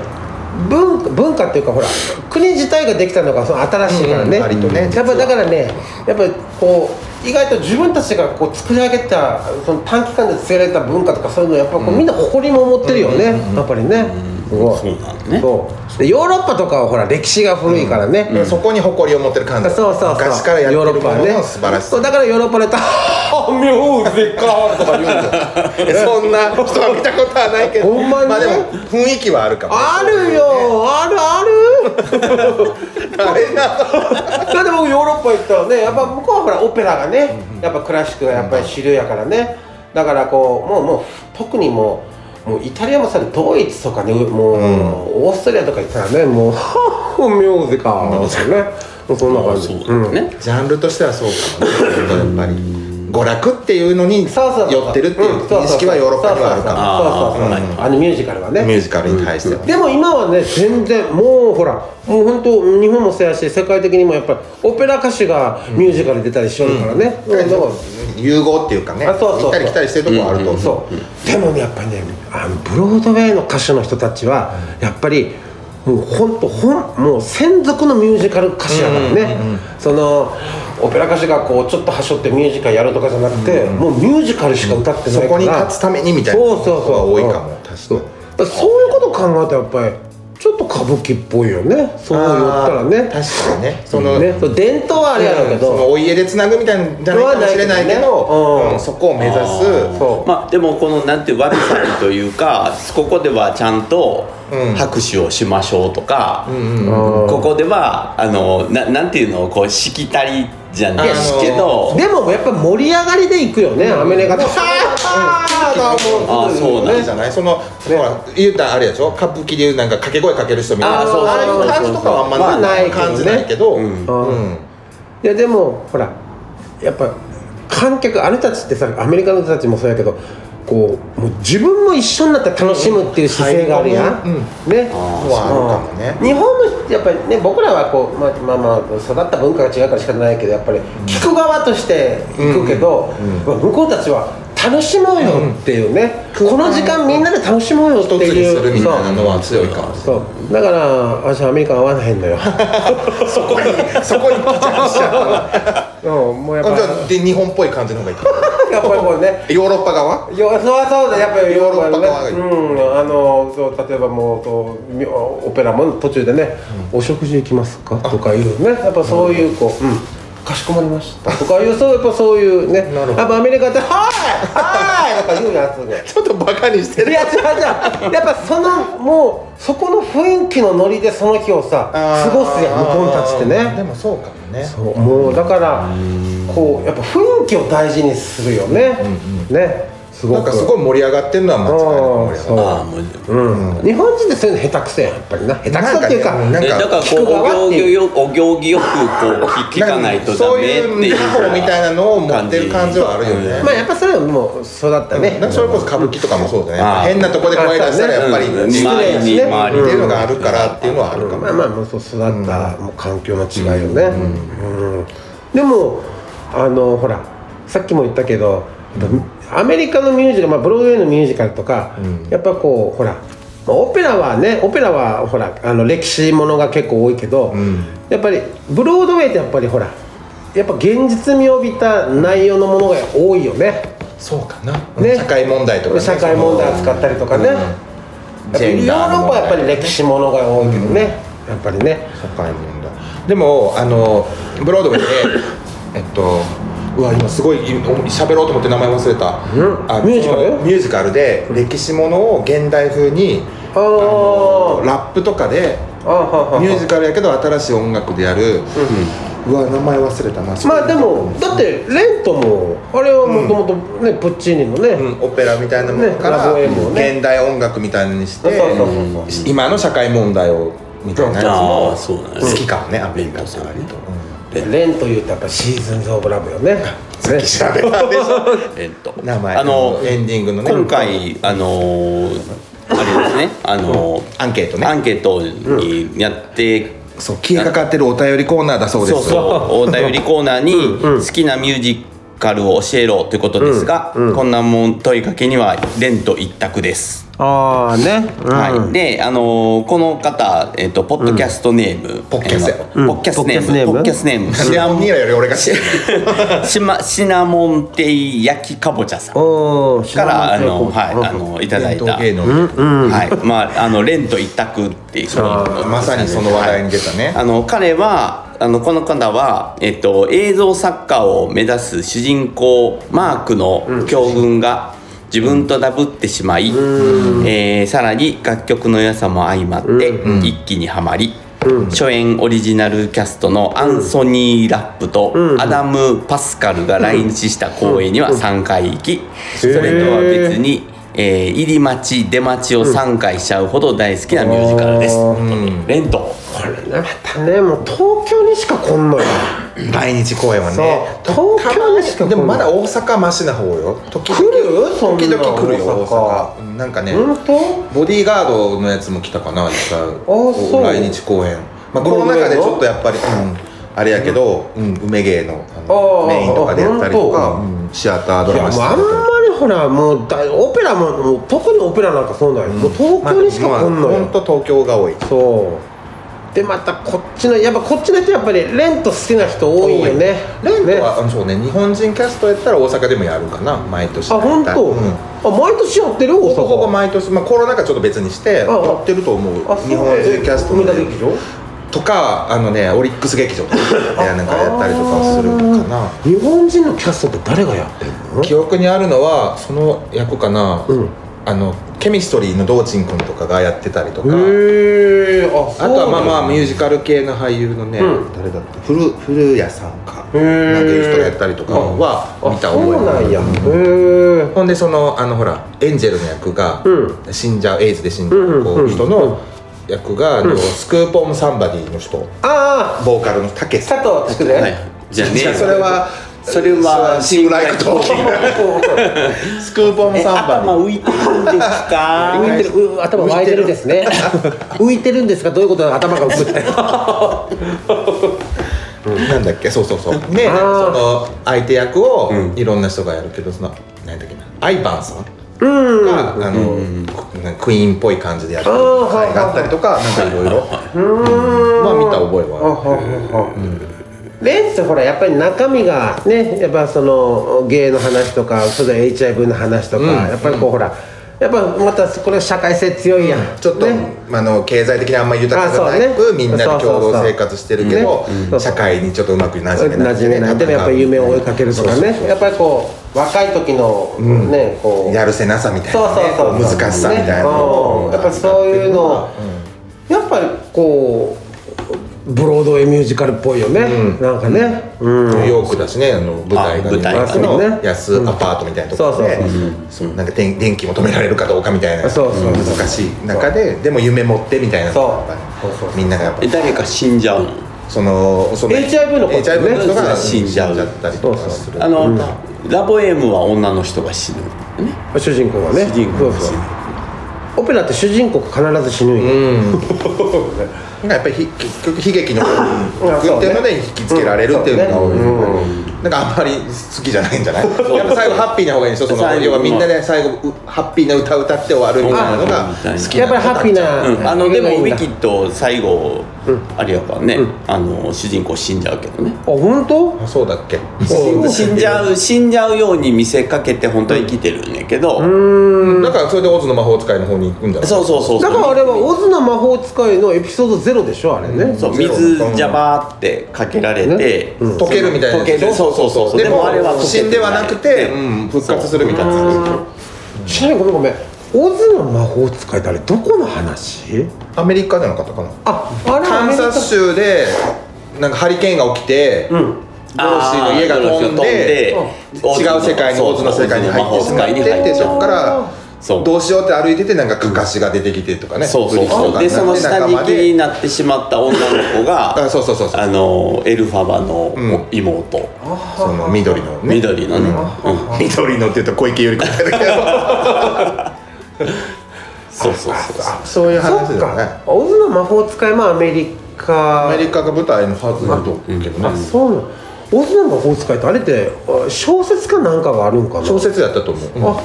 S2: 文化文化っていうかほら国自体ができたのがその新しいからね,、
S3: うん割と
S2: や
S3: ね
S2: っぱだからねやっぱりこう意外と自分たちがこう作り上げたその短期間で作り上げた文化とかそういうのやっぱこう、みんな誇りも持ってるよね、やっぱりね、すごい
S1: そうなのね
S2: そうでヨーロッパとかはほら歴史が古いからね、
S3: そこに誇りを持ってる感じ
S2: そうそうそう
S3: 昔からやって
S2: ヨーロ
S3: る
S2: ッ
S3: も
S2: パは
S3: の
S2: ね
S3: の素晴らし
S2: そ
S3: さ
S2: うだからヨーロッパで「あミュージカル」とか言うん だよ
S3: えそんな人は見たことはないけど
S2: ほんまに
S3: まあでも雰囲気はあるかも
S2: あるよあるある
S3: あれな
S2: だって僕ヨーロッパ行ったらねやっぱ向こうはほらオペラがねやっぱクラシックがやっぱり主流やからねだからこうもうもう特にもうもうイタリアもさドイツとかねもう、オーストリアとか行ったらねもう「ミュージカル」とかねもうそんな感じ
S1: そうですね、
S3: ジャンルとしてはそうかもねやっぱり娯楽っていうのに寄
S2: そうそうそう
S3: ってるっていう認識はヨーロッパにはあるか
S2: そうそうそうそうそうそうそうあのミュージカルはね
S3: もミュージカルに対しては
S2: でも今はね全然もうほらもう本当日本もそうやし世界的にもやっぱりオペラ歌手がミュージカル出たりしよるからね、うんだから
S3: 融合っていうかね
S2: あそうそうそう
S3: 行ったり来たりしてるとこはあると思う
S2: そうでもねやっぱりねあのブロードウェイの歌手の人たちはやっぱりもうほんとほんもう専属のミュージカル歌手やからね、そのオペラ歌手がこうちょっとはしょってミュージカルやるとかじゃなくて、もうミュージカルしか歌ってないから、
S3: そこに立つためにみたいな
S2: そうそう
S3: 人
S2: そ
S3: が
S2: う
S3: 多いかも
S2: うん
S3: 確かに
S2: そうだからそういうこと考えたらやっぱりちょっと歌舞伎っぽいよねそう言ったらね
S3: あー確かにねその
S2: ねそう伝統はあれやろうけど、
S3: そのお家でつなぐみたいなんじゃないかもしれな
S2: それはな
S3: いけ
S2: いけど
S3: ど
S2: ね
S3: うんそこを目指す
S2: そう
S1: まあ、でもこのなんていう悪さというか ここではちゃんと
S3: うん
S1: 拍手をしましょうとか、
S3: うん
S2: うん
S1: ここではあのななんていうのこうしきたりじゃないですけど
S2: でもやっぱ盛り上がりでいくよね、アメリカとか。
S3: あー
S1: あーそうなん
S3: じゃないそのほら言うたらあれやでしょ歌舞伎でいうなんか掛け声かける人みたいな
S1: あーそうそう
S3: ああいう感じとかはあんまな
S2: まあない
S3: い
S2: けどね
S3: 感じないけど
S1: うん
S3: うん
S2: いやでもほらやっぱ観客あれたちってさアメリカの人たちもそうやけどこうもう自分も一緒になって楽しむっていう姿勢があるやん、
S3: うん
S2: ね
S1: あー
S3: そうあるかもね
S2: 日本のやっぱりね僕らはこう、まあ、まあまあ育った文化が違うから仕方ないけどやっぱり聞く側として行くけど、向こうたちは楽しもうよっていうね、この時間みんなで楽しもうよって
S3: 一つに
S2: いう
S3: するみたいなのは強いかも
S2: そうそうだから私アメリカ合わないんだよ
S3: そこにそこに来ちゃうしちゃ
S2: う
S3: う
S2: んもうやっぱ
S3: あじゃあで日本っぽい感じの方がいいか
S2: やっぱりこうね
S3: ヨーロッパ側
S2: よそうそうだやっぱり
S3: ヨーロッパ側がいい
S2: うんあのそう例えばもうそうみオペラも途中でね、お食事行きますかとかいうねやっぱそういうこう、うんかしこまりましたとかいうそうやっぱそういうね
S3: なるほど
S2: やっぱアメリカって「はいはい!」とか言うやつが。
S3: ちょっとバカにして
S2: いや違う違うやっぱそのもうそこの雰囲気のノリでその日をさ過ごすやん向こうたちってね
S3: でもそうかもね
S2: そうもうだからこうやっぱ雰囲気を大事にするよね、ねすごく
S3: なんかすごい盛り上がってるのは間違いなく盛り上がってる
S1: ああもう
S2: うん日本人ってそういうの下手くそやんやっぱりな下手くそっていうか
S3: なんかね
S1: えだからこう
S2: 聞く側っ
S1: お行
S2: て
S1: 儀
S2: い
S1: よお行儀よくこう聞聞かないとダメって
S3: そうい
S1: いうう
S3: 作法みたいなのを持ってる感じはあるよね
S2: まあやっぱそれはもう育ったね、
S3: なんかそれこそ歌舞伎とかもそうだね、
S1: うん
S3: やっぱ変なとこで声出したらやっぱり
S1: うん
S3: って
S1: 周り
S2: 失礼
S3: い
S1: に
S2: ですね
S1: 周り
S3: うのがあるからっていうのはあるかも、
S2: まあまあもうそう育った、もう環境の違いよね、うんでもあのほらさっきも言ったけど、アメリカのミュージカル、まあ、ブロードウェイのミュージカルとか、やっぱこうほら、まあオペラはねオペラはほらあの歴史ものが結構多いけど、やっぱりブロードウェイってやっぱりほらやっぱ現実味を帯びた内容のものが多いよね
S3: そうかな、
S2: ね
S3: 社会問題とか、ね、
S2: 社会問題扱ったりとかね、
S3: うん
S2: やっぱ
S3: ジェン
S2: りヨー
S3: ダ
S2: ロッ
S3: ーの問
S2: パは
S3: 題
S2: やっぱり歴史ものが多いけどね、やっぱりね
S3: 社会問題でもあのブロードウ ェイでえっとうわ今すごい喋ろうと思って名前忘れた、
S2: ん
S3: あの
S2: ミュージカル
S3: ミュージカルで歴史ものを現代風に
S2: あー
S3: ラップとかで
S2: あはは
S3: ミュージカルやけど新しい音楽でやる、うわ名前忘れたな
S2: まあでもだってレントもあれはもともとね、プッチーニのね、
S3: うんオペラみたいなもの
S2: ね
S3: か
S2: ラ
S3: ら、
S2: ブエムをね
S3: 現代音楽みたいなのにして、
S2: そうそうそうそう
S3: 今の社会問題をみたいなやつ
S1: ああ
S3: も
S1: そうなんで
S3: 好
S1: す
S3: きかもね、アメリカ
S1: そう
S3: と
S1: だ
S3: か
S1: ね
S3: にと、
S2: レンというとやっぱシーズンズ・オブ・ラブよね
S3: さっき調べたでしょ
S1: えっと
S3: 名前
S1: あの
S3: エンディングのね
S1: 今回あのーあれですねあのー
S3: アンケートね
S1: アンケートにやって
S3: そう消えかかってるお便りコーナーだそうです
S1: そうそうお便りコーナーに好きなミュージカルを教えろということですが、こんなもん問いかけには「レント一択」です。
S2: ああね、
S1: はい、で、あのーこの方、えっとポッドキャストネーム、
S3: ポッキャス
S1: えーポッキャスネーム、
S2: うん
S1: ポッキャスネーム
S3: シナモニーラより俺が知っ てる
S1: シマシナモンテイ焼きかぼちゃさんか
S2: おお
S1: らあの、はい、あのいただいた、
S3: 伝統芸能、
S1: はい、まああのレント一択っていう
S3: まさにその話題に出たね、
S1: あの彼はあのこの方は、えっと、映像作家を目指す主人公マークの境遇が自分とダブってしまい、えーさらに楽曲の良さも相まって一気にはまり、初演オリジナルキャストのアンソニー・ラップとアダム・パスカルが来日した公演には3回行き、それとは別にえー入り待ち出待ちを3回しちゃうほど大好きなミュージカルです、
S2: うん
S3: うん
S1: レント
S2: これねまたねもう東京にしか来んのよ
S3: 来日公演は
S2: そう
S3: ね
S2: 東京にしか来んの
S3: でもまだ大阪マシな方よ時々
S2: 来るそんな
S3: 時々来るよ
S2: 大
S3: 大
S2: 阪
S3: 阪うんなんかね
S2: 本当
S3: ボディーガードのやつも来たかな実際
S2: そう
S3: 来日公演まあコロナ禍でちょっとやっぱり、うん、あれやけど、うん、梅芸のあ
S2: あー
S3: のメインとかでやったりとか、
S2: ほん
S3: うんシアタード
S2: い
S3: ラ
S2: やも
S3: マ
S2: う
S3: して
S2: あんまりほらもうだオペラももう特にオペラなんかそうなんよ、もう東京にしか来んのよ、
S3: 本当東京が多い
S2: そうでまたこっちのやっぱこっちの人やっぱりレント好きな人多いよね
S3: レン
S2: ね
S3: トは、うんそうね日本人キャストやったら大阪でもやるかな毎年
S2: あ本当、
S3: うん
S2: あ毎年やってる大阪
S3: ほぼほぼ毎年、まあ、コロナ禍ちょっと別にしてや
S2: ああ
S3: ってると思う
S2: あそう
S3: 日本人キャスト
S2: 梅
S3: の
S2: 田劇場
S3: とかあのねオリックス劇場とかでなんかやったりとかするかな
S2: 日本人のキャストって誰がやってるの
S3: 記憶にあるのはその役かな、
S2: うん
S3: あのケミストリーの道珍君とかがやってたりとか
S2: へえあそう
S3: あとはまあまあミュージカル系の俳優のね、
S2: うん
S3: 誰だって古古谷さんかなん
S2: へ
S3: て
S2: ー
S3: いう人がやったりとかは見た覚え
S2: あそうなんやへえ
S3: ほんでそのあのほらエンジェルの役が、
S2: う
S3: 死んじゃうエイズで死んじゃ
S2: う
S3: うんこ
S2: うん
S3: う人の役が、あのスクープ・オン・サンバディの人
S2: ああ
S3: ボーカルのたけし
S2: 佐藤つくね、
S1: はいじゃあね
S3: じゃあそれは
S1: それは
S3: シングルライクトーキングスクープ・オン・
S1: え
S3: サンバディ
S1: 頭浮いてるんです か
S2: 浮いてるう頭湧いてるですね 浮いてるんですがどういうことなの頭が浮くって
S3: なんだっけそうそうそうで
S2: あー
S3: その相手役を
S1: うん
S3: いろんな人がやるけどその何だっけなアイバンさん
S2: うん
S3: が、あの、クなんかクイーンっぽい感じでやってる
S2: あー
S3: 回があったりとかなんかいろいろまあ見た覚えは
S2: レンってほらやっぱり中身がねやっぱその芸の話とかそれ HIV の話とか、やっぱりこうほらやっぱまたこれ社会性強いやん、
S3: あるちょっと、
S2: ね
S3: あの経済的にあんまり豊かじゃな
S2: あそう
S3: く、
S2: ね
S3: みんなで共同生活してる
S2: そう
S3: けど、
S2: そうそう
S3: 社会にちょっとうまく馴染めな
S2: 馴染
S3: くてね
S2: めないでもやっぱり夢を追いかけるとかね
S3: そうそうそう
S2: やっぱりこう若い時のね、こう
S3: やるせなさみたい
S2: そう
S3: な、
S2: そう
S3: ね、
S2: そう
S3: こう難しさみたいな
S2: ねうんやっぱりそういうのをやっぱりこうブロードウェイミュージカルっぽいよね、なんかね、うん
S3: ニューヨークだしね、あの舞台が
S1: あ
S3: ね
S1: 舞台
S2: が
S3: その
S2: ね
S3: 安アパートみたいなところで
S2: そうそうそう
S3: そうなんか電電気も止められるかどうかみたいな
S2: そうそうそう
S3: 難しい中ででも夢持ってみたいな
S2: そう
S3: やっぱり
S2: そうそうそう
S3: みんながやっぱ
S1: え
S3: り
S1: 誰か死んじゃうの
S3: そのその
S2: HIV の子
S3: HIV の人が
S1: 死んじゃう
S3: 死ったりとかする
S1: あの、ラボエムは女の人が死ぬね
S2: 主人公はね
S1: 主人公が
S2: そう
S1: 死
S2: そう
S1: ぬ
S2: オペラって主人公が必ず死ぬんよ、
S3: なんかやっぱりひ結局悲劇の
S2: ん
S3: 曲っていうので引きつけられるっていうのが多いなんかあんまり好きじゃないんじゃないやっぱ最後ハッピーな方がいいでしょその
S1: 最後
S3: 要はみんなで最後うハッピーな歌歌って終わるみたいなのが好き
S2: やっぱりハッピーな、
S1: うん、あのでもウィキ
S2: あ
S1: ッド最後、あれやからね、あの主人公死んじゃうけどね
S2: 本当
S3: あそうだっけ
S2: そう
S1: 死んじゃう死んじゃうように見せかけて本当は生きてるんやけど、
S3: だからそれでオズの魔法使いの方に行くんだろ
S1: そうそうそうそう
S2: だからあれは「オズの魔法使い」のエピソードゼロでしょあれね、
S1: そう
S3: ゼロ
S1: 水ジャバーってかけられて、
S3: 溶けるみたいな
S1: 溶けるそうそうそう
S3: でもあれは
S1: 溶けて
S3: 死んではなくて、うん、復活するみたいな
S2: ちなみにごめんごめんオズの魔法使いってあれどこの話
S3: アメリカじゃなかったかな
S2: ああれ
S3: カンザス州でなんかハリケーンが起き
S2: ん
S3: て、ドロシーの家が飛んで
S1: ドロシー
S3: 違
S1: が飛んで
S3: う世界に
S1: そう
S3: オズの世界に入ってしまって
S1: オズの魔法使いに入って
S3: でそこか
S1: そう
S3: らどうしようって歩いててなんかカカシが出てきてとかね
S1: そうそう
S3: ブリ
S1: そ
S3: ト
S1: う
S3: ン
S1: でその下敷きに
S3: 仲間で
S1: なってしまった女の子が
S3: あそうそうそうそう
S1: あのエルファバの
S3: ん
S1: 妹、
S3: その緑のね
S1: 緑のね、うん
S3: 緑のって言うと小池百合子みたいだけど
S1: そうそうそうそう
S3: そうい う
S2: そ
S3: 話だ
S2: っ
S3: よね
S2: かオズの魔法使いもアメリカ
S3: アメリカが舞台のはずだと思うけどね
S2: そうなのオズの魔法使いってあれってあ小説かなんかがあるんかな
S3: 小説やったと思う、うん
S2: あ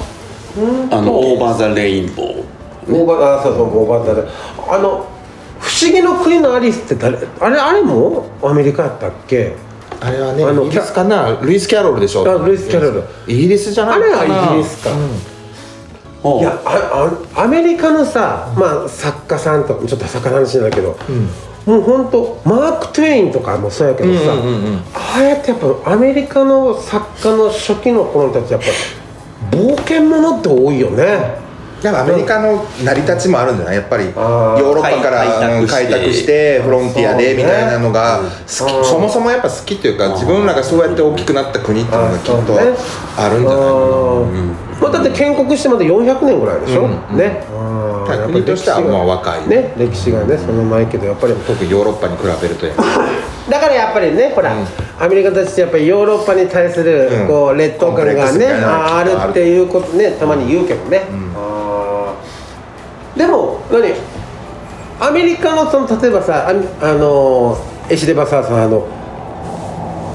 S1: あのオーバー・ザ・レインボー
S2: オーバーあそうそうオーバーだねあの不思議の国のアリスって誰あれあれもアメリカやったっけ
S3: あれはね
S2: あの
S3: イギリスかなルイス・キャロルでしょ
S2: あルイスキャロル
S3: イギリスじゃな
S2: あ
S3: い
S2: れ
S3: かな
S2: はイギリスか、
S1: ほう
S2: いやああアメリカのさ、まあ、作家さんとかちょっと作家の話なんだけど、もうほんとマーク・トゥエインとかもそうやけどさ、
S3: うんうんうんうん
S2: ああやってやっぱアメリカの作家の初期の頃の人たちやっぱ冒険者って多いよね
S3: やっぱアメリカの成り立ちもあるんじゃないやっぱりヨー
S2: あー
S3: ロッパから
S1: 開拓
S3: 開
S1: し
S3: 拓
S1: て
S3: してフロンティア
S2: そ
S3: で
S2: うね
S3: みたいなのが
S2: うん
S3: 好き、
S2: うん
S3: そもそもやっぱ好きというか自分らがそうやって大きくなった国っていうのがきっと
S2: あーそうね
S3: あるんじゃないかな
S2: まあ、だって建国してまだ400年ぐらいでしょ、
S3: うん
S2: ね、
S3: だから国としてはまあ若い
S2: ね歴史がねその前けどやっぱり
S3: 特にヨーロッパに比べるとやっぱり
S2: だからやっぱりねほら、
S3: うん
S2: アメリカたちってやっぱりヨーロッパに対する
S3: うん
S2: こう劣等感
S3: コン
S2: が
S3: プ
S2: ね、
S3: レックスみたいなのが
S2: あ
S3: きっと
S2: あ
S3: あ
S2: る
S3: る
S2: っていうことねたまに言うけどね、あーでも何アメリカのその例えばさああのエシレバサーさんあの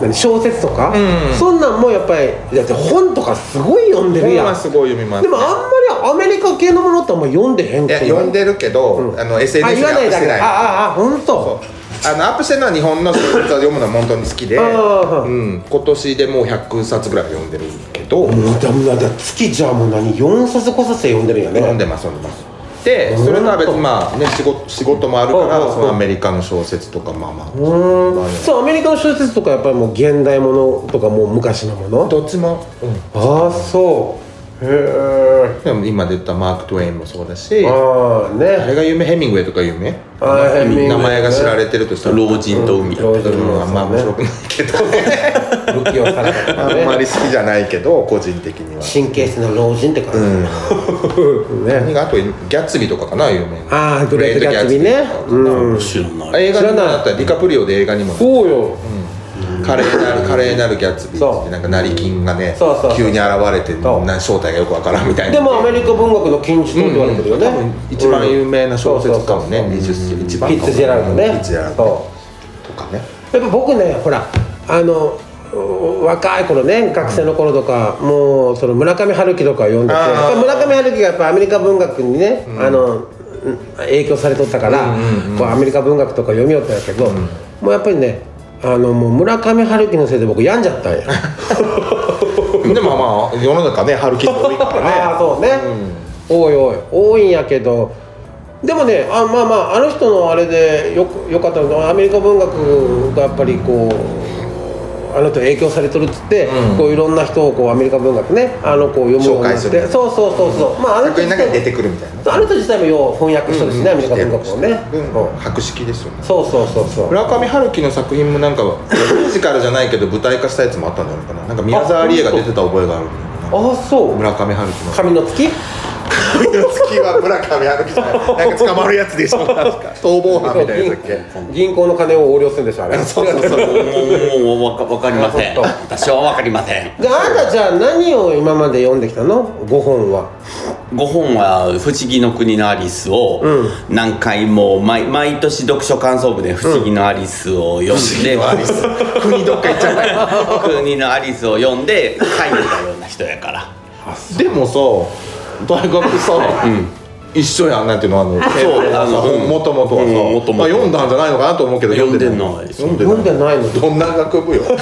S2: 何小説とか、
S3: うん
S2: そんなんもやっぱりだって本とかすごい読んでる
S3: 本
S2: やん
S3: はすごい読みます
S2: でもあんまりアメリカ系のものってあんま読んでへん
S3: いや
S2: けど
S3: 読んでるけど、
S2: うん
S3: あの
S2: あ
S3: SNS
S2: 言
S3: にア
S2: わな
S3: ッ
S2: い
S3: プし
S2: だ
S3: て
S2: け
S3: ない
S2: あああ本当
S3: あのアップしてるのは日本の小説を読むのは本当に好きで、
S2: あー
S3: うん、今年でもう100冊ぐらい読んでるけ
S2: も
S3: ど、
S2: うだもうだ月じゃあもう何4冊5冊読んでるよね
S3: 読んでます読んでますでそれとは別にまあね仕事仕事もあるか
S2: うんうんう
S3: ら
S2: ん
S3: そのアメリカの小説とかまあま
S2: う
S3: あ
S2: ーんそうアメリカの小説とかやっぱりもう現代ものとかもう昔のもの
S3: どっちも、うん
S2: ああそうへえ
S3: でも今で言ったマーク・トウェインもそうだしあ
S2: ああ
S3: れ
S2: ね
S3: が有名ヘミングウェイとか有名
S2: あーヘミングウェイね
S3: 名前が知られてるとしたら
S1: 老人と海、
S2: 老人
S3: うんあんま面白くないけどね
S2: 不器用されたか
S3: あ
S2: ら
S3: んま
S2: ね
S3: り好きじゃないけど個人的には
S2: 神経質な老人って感じ、
S3: 何
S2: ね
S3: があとギャッツビーとかかな有名な
S2: ああグレートギャッツビーねうん
S1: 知らない
S3: 映画にも
S2: 知らない
S3: なったディカプリオで映画にもなった
S2: そうよ
S3: 華麗な華麗なるギャッツビーっ
S2: そう
S3: てなんか成金がね
S2: そうそうそう
S3: 急に現れて
S2: そう
S3: な正体がよくわからんみたいな
S2: でもアメリカ文学の金字塔って言われてるよね、
S3: 多分一番有名な小説かもね
S2: そうそうそ
S3: 20
S2: う
S3: 世紀一
S2: ピ
S3: 番
S2: ッツジェラルドね
S3: ピッツジェラルド
S2: そう
S3: とかね
S2: やっぱ僕ねほらあのう若い頃ね学生の頃とか、もうその村上春樹とか読んでて
S3: あー
S2: やっぱ村上春樹がやっぱアメリカ文学にね、あのうん影響されとったから、こうアメリカ文学とか読みよったんやけど、もうやっぱりねあのもう村上春樹のせいで僕病んじゃったんや
S3: でもまあ世の中ね春樹多いからね
S2: ああそうね、多い多い多いんやけどでもねあまあまああの人のあれでよくよかったのがアメリカ文学がやっぱりこうあの人影響されとるっつって、
S3: うん
S2: こういろんな人をこうアメリカ文学ねあのこう読むようになって
S3: 紹介する
S2: そうそうそうそう、まああの
S3: 作
S2: 人自
S3: 品の中に出て
S2: 体
S3: くるみたいな
S2: あの人自体もよう翻訳してるしね、アメリカ文学もね、
S3: う
S2: う
S3: ん
S2: ん
S3: 博識ですよね
S2: そうそうそうそう
S3: 村上春樹の作品もなんかミュージカルじゃないけど舞台化したやつもあったんじゃないかななんか宮沢りえが出てた覚えがある
S2: ああそう
S3: 村上春樹の
S2: 神の月
S3: 髪の月は 村上春樹じゃないなんか捕まるやつでしょなんか逃亡犯みたいなやつだっけ
S2: 銀行の金を横領するんでしょあれ
S3: そうそうそう
S1: もうもうもうわかわかりません
S2: あ
S1: 私はわかりません
S2: であなたじゃあ何を今まで読んできたの5本は
S1: 5本は「不思議の国のアリス」を
S2: う
S1: 何回も毎毎年読書感想部で「不思議のアリス」を読んで、
S3: 国どっか行っちゃったよ
S1: 国のアリスを読んで書いてたような人やから
S3: でもさ大学さ、一緒やんなんていうのあの
S1: そうあのうん
S3: もともとはさ、
S1: うん元々
S3: まあ、読んだんじゃないのかなと思うけど
S1: 読んでない
S3: 読んでない
S2: 読んでないの
S3: どんな学部よ
S2: そうよ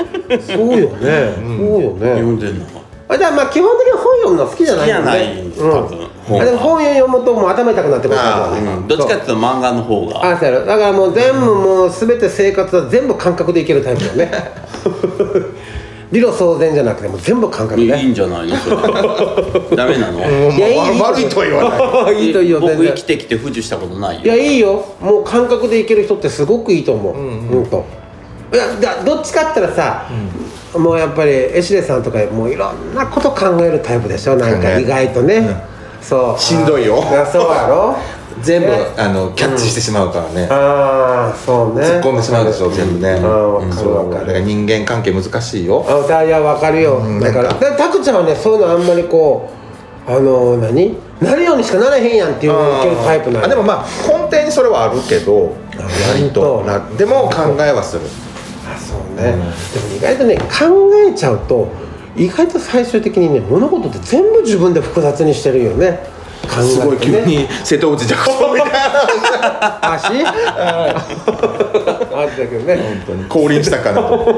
S2: ね、そうよ
S1: 読
S2: ね
S1: んでんの好
S2: あじゃあまあ基本的に本読むの好きじゃない
S1: きじゃない
S2: んだ
S1: 多
S2: よね
S1: 分
S2: うん、
S1: 本
S2: あでも
S1: は
S2: 本読むともう頭痛くなってくるからね
S1: うんどっちかっていうと漫画の方が
S2: あそうやろだからもう全部もう全て生活は全部感覚でいけるタイプだよ ね理路整然じゃなくてもう全部感覚
S1: いい
S2: ね
S1: んじゃないのそれダメなの
S3: もう
S2: いやいいいい
S3: 悪いとは言わない
S2: あ いいといいよ全
S1: 僕
S2: 然
S1: 生きてきて不自由したことない
S2: いや
S1: よ
S2: いいよもう感覚でいける人ってすごくいいと思ううん、といやだどっちかって言ったらさ、もうやっぱりエシレさんとかもういろんなこと考えるタイプでしょなん
S3: 考え
S2: か
S3: る
S2: 意外とね、そう
S3: しんどいよ
S2: あそうや ろ
S3: 全部
S2: ね
S3: あのキャッチしてしまうからね、
S2: ああそうね
S3: 突っ込んでしまうでしょ、全部ね、
S2: ああわかるわ
S3: だ
S2: かる
S3: から人間関係難しいよ
S2: あ歌いやわかるよ、
S3: うん
S2: だから
S3: なん
S2: だタクちゃんはねそういうのあんまりこうあの何なるようにしかならへんやんっていうタイプなん
S3: あでもまあ根底にそれはあるけど割と
S2: 割
S3: なでも考えはする
S2: あそうね、でも意外とね考えちゃうと意外と最終的にね物事って全部自分で複雑にしてるよね考えてね
S3: すごい急に瀬戸内寂聴みたいな
S2: 足あったけどね、
S3: 降臨したかなと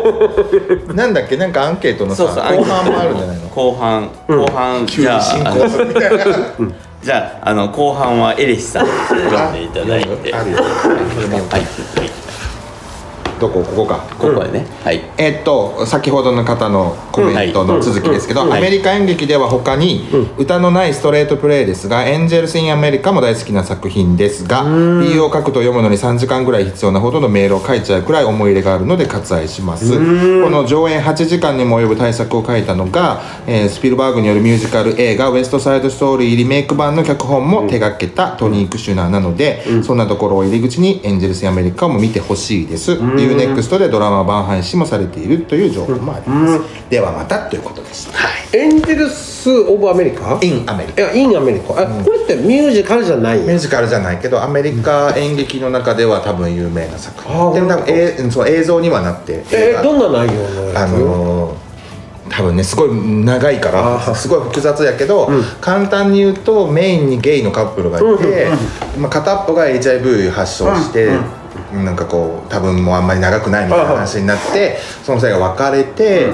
S3: なんだっけなんかアンケートのさ
S1: そうそうアンケー
S3: 後
S1: ト
S3: 半もあるんじゃないの
S1: 後半後半
S3: 急
S1: じゃ
S3: に進
S1: ああ
S3: 行す
S1: の
S3: るみたいな
S1: じゃああの後半はエレシさん読んでいただいて
S3: あるよ
S1: はい
S3: どこここか
S1: ここやね、はい
S3: えっと先ほどの方のコメントの続きですけど、
S1: んはい
S3: アメリカ演劇では他に歌のないストレートプレイですが「エンジェルス・イン・アメリカ」も大好きな作品ですが理由を書くと読むのに3時間ぐらい必要なほどのメールを書いちゃうくらい思い入れがあるので割愛しますこの上演8時間にも及ぶ大作を書いたのが、えースピルバーグによるミュージカル映画「ウエスト・サイド・ストーリー」リメイク版の脚本も手がけたトニー・クシュナーなので、そんなところを入り口に「エンジェルス・イン・アメリカ」も見てほしいです、UNEXT でドラマ版配信もされているという情報もあります、ではまたということでした
S2: エンジェルス・オブ・アメリカ
S3: 「イン・アメリ
S2: い
S3: カ
S2: や、イン・アメリカ。え、これってミュージカルじゃない」
S3: ミュージカルじゃないけどアメリカ演劇の中では多分有名な作
S2: あー
S3: 品でも多分、えーそう映像にはなって映
S2: え
S3: 画
S2: どんな内容のやつ
S3: あのー多分ねすごい長いか
S2: あー
S3: らすごい複雑やけど、簡単に言うとメインにゲイのカップルがいて、まあ、片っぽが HIV 発症して、なんかこう多分もうあんまり長くないみたいな話になってその際が別れて、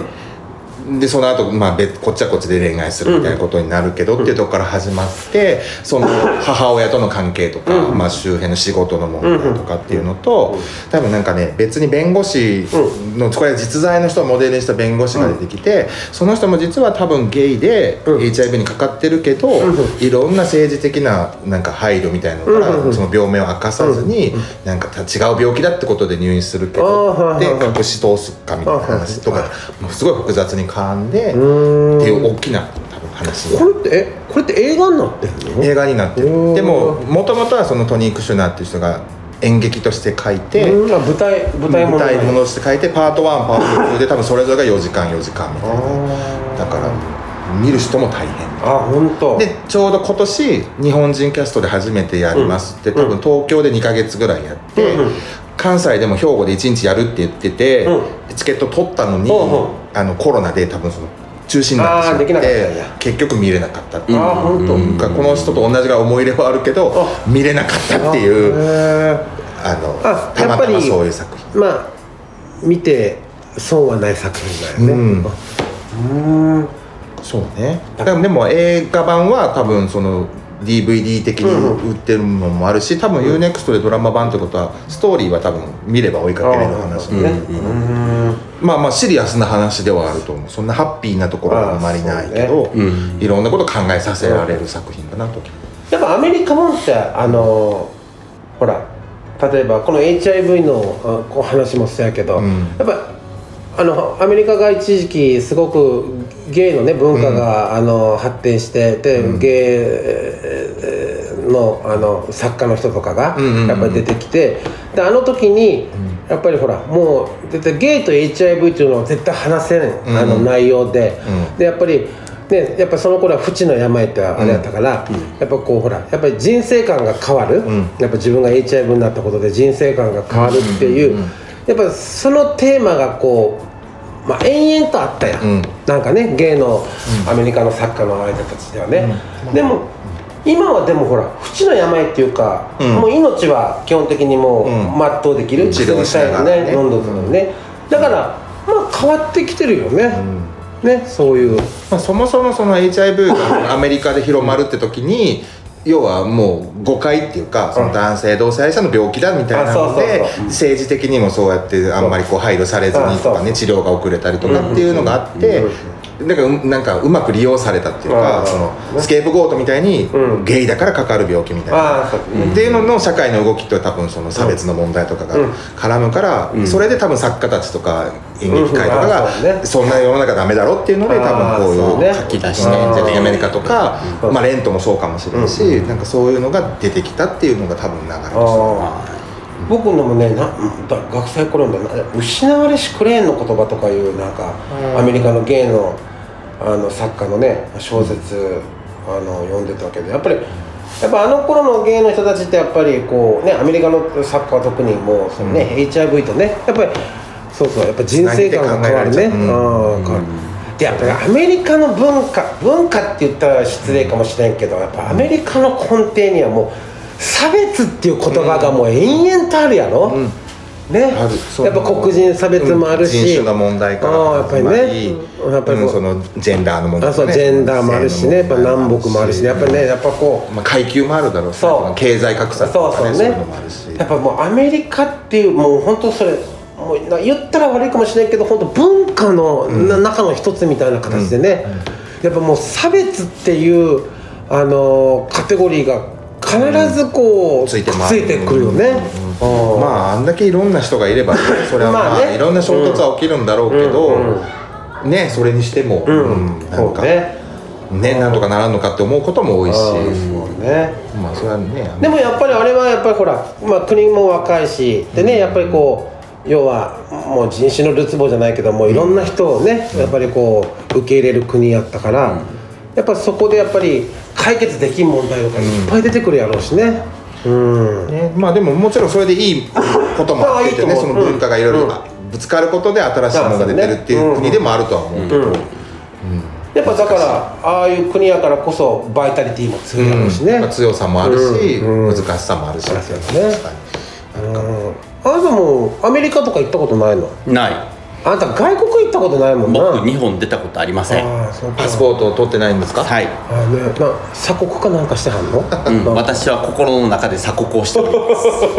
S3: でその後、まあ別こっちはこっちで恋愛するみたいなことになるけど、っていうとこから始まってその母親との関係とか、まあ、周辺の仕事の問題とかっていうのと、多分なんかね別に弁護士の、これは実在の人をモデルにした弁護士が出てきて、その人も実は多分ゲイで、
S2: うん
S3: HIV にかかってるけど、いろんな政治的ななんか配慮みたいなのから、
S2: うんうん
S3: その病名を明かさずに、なんか違う病気だってことで入院するけど
S2: あーはいはいはい
S3: で隠し通すかみたいな話とか、もうすごい複雑に絡んで。
S2: うーん
S3: っていう大きな多分話
S2: こ
S3: が
S2: れって、え、これって映画になってるの
S3: 映画になって
S2: おー
S3: るでももともとはそのトニー・クシュナーっていう人が演劇として書いて
S2: うんあ舞台、舞台も
S3: 舞
S2: の
S3: 台ものとして書いてパート1パート2で多分それぞれが4時間4時間みたいなだから見る人も大変
S2: あ、本当。
S3: でちょうど今年日本人キャストで初めてやりますって、多分東京で2ヶ月ぐらいやって、
S2: うんうん
S3: 関西でも兵庫で1日やるって言ってて、
S2: う
S3: チケット取ったのに、
S2: うんうん
S3: あのコロナで多分その中止になってし
S2: あ
S3: まって
S2: ーできなかったんや
S3: 結局見れなかったっていう
S2: あ、本当。
S3: なんかこの人と同じが思い入れはあるけど見れなかったっていう
S2: へー
S3: あの
S2: あ
S3: た
S2: や
S3: また
S2: っぱ
S3: ま
S2: り
S3: そういう作品。
S2: まあ見て損はない作品だよね
S3: うん
S2: うんん
S3: そうねだからでも映画版は多分その DVD 的
S2: う
S3: に売ってるのもあるし多分 UNEXT でドラマ版ってことはストーリーは多分見れば追いかけれる話
S2: あー
S3: で、
S2: ね
S3: うんまあまあシリアスな話ではあると思うそんなハッピーなところはあまりないけど、
S2: あー
S1: そうねうん
S3: いろんなこと考えさせられる作品かなと、
S2: やっぱアメリカもんってあのーほら例えばこの HIV のあお話もそうやけど、
S3: うん
S2: やっぱあのアメリカが一時期すごくゲイのね文化が、あの発展してで、ゲイえーのあの作家の人とかが
S3: うんうんうん
S2: やっぱり出てきて、であの時にやっぱりほらもう絶対ゲイと HIV っていうのは絶対話せない、
S3: ん
S2: あの内容で、
S3: うん
S2: でやっぱり。ね、やっぱその頃は不治の病ってあれやったから、やっぱこうほらやっぱり人生観が変わる、
S3: ん
S2: やっぱ自分が HIV になったことで人生観が変わるっていう,、やっぱそのテーマがこう、まあ、延々とあったやん、
S3: うん
S2: なんかね芸のアメリカの作家のあれたちではね、でも今はでもほら不治の病っていうか、
S3: うん
S2: もう命は基本的にもう
S3: うん
S2: 全うできる、
S3: 治療しながらね
S2: 薬さえ飲んどくのね、だからまあ変わってきてるよね、ねそういう。
S3: まあ、そもそもその HIV がアメリカで広まるって時に 要はもう誤解っていうかその男性同性愛者の病気だみたいなの
S2: あそ
S3: で
S2: うそうそう
S3: 政治的にもそうやってあんまりこう配慮されずにと
S2: あ
S3: か
S2: そう
S3: ね治療が遅れたりとかっていうのがあって
S2: うんうん
S3: なんかうなんかうまく利用されたっていう
S2: あ
S3: か
S2: ー
S3: そのスケープゴートみたいに
S2: うん
S3: ゲイだからかかる病気みたいな
S2: ああそう
S3: っていうのの社会の動きと多分その差別の問題とかが
S2: うん
S3: 絡むから、
S1: ん
S3: それで多分作家たちとか演劇界とか
S2: うんあそうね
S3: がそんな世の中ダメだろっていうので
S2: あー
S3: 多分こ
S2: そう
S3: う
S2: ね
S3: いう書き出し
S2: うん
S3: ねエンジェルアメリカとか
S2: うん
S3: まあレントもそうかもしれんしなんかそういうのが出てきたっていうのが多分流れです
S2: あー僕のもねなだ学生頃のな失われしクレーンの言葉とかいうなんか、アメリカの芸のあの作家のね小説、あの読んでたけどやっぱりやっぱあの頃の芸の人たちってやっぱりこうねアメリカの作家は特にもうそのね、HIV とねやっぱりそうそうやっぱ人生観が変わるね。
S3: つなげて考えられち
S2: うん
S3: ゃう
S2: 変わるでやっぱりアメリカの文化文化って言ったら失礼かもしれんけどやっぱアメリカの根底にはもう差別っていう言葉がもう延々とあるやろ、ね
S3: あるそう
S2: やっぱ黒人差別もあるし、
S3: うん人種の問題から
S2: ああやっぱりね
S3: 始まり
S2: やっぱりこう
S3: うんそのジェンダーの問題
S2: あそうジェンダーもあるしねやっぱ南北もあるしねやっぱりねやっぱこ
S3: まあ階級もあるだろうし
S2: そう
S3: 経済格差とかね
S2: そうそうね
S3: そういうのもあるし
S2: うやっぱもうアメリカっていうもう本当それもうな言ったら悪いかもしれないけど本当文化のな中の一つみたいな形でね、やっぱもう差別っていうあのーカテゴリーが必ずこう、
S3: ついてま
S2: ついてくるよね。うん
S3: まああんだけいろんな人がいれ ばねそれはまあ
S2: まあね
S3: いろんな衝突は起きるんだろうけど、
S2: うん
S3: ねそれにしても、
S2: うん
S3: うんな
S2: そ
S3: ん
S2: う
S3: か
S2: ね
S3: ねなんとかならんのかって思うことも多いし、
S2: そうね
S3: まあそれはね
S2: でもやっぱりあれはやっぱりほら、まあ、国も若いしでねやっぱりこう要はもう人種のるつぼじゃないけどもういろんな人をねやっぱりこう受け入れる国やったからやっぱそこでやっぱり解決できん問題とかいっぱい出てくるやろうしねうん
S3: ね、まあでももちろんそれでいいこともあってて
S2: あいい
S3: ね
S2: と
S3: そ
S2: 思う
S3: の文化がいろい
S2: うん
S3: ろぶつかることで新しいものが出てるって
S2: そうです
S3: いう
S2: ね
S3: 国でもあるとは思うけど、
S2: やっぱだからああいう国やからこそバイタリティも強いやろうしね
S3: まあ強さもあるし、
S2: うんうん
S3: 難しさもあるし、
S2: そうですよね
S3: 確かに
S2: うんあなたもアメリカとか行ったことないの
S1: ない
S2: あなた外国行ったことないもんな
S1: 僕日本出たことありません
S2: ああそうか
S3: パスポートを取ってないんですか、
S1: はい、
S2: あのね、な鎖国かなんかしてはんの？
S1: うん、
S2: なんか
S1: 私は心の中で鎖国をしており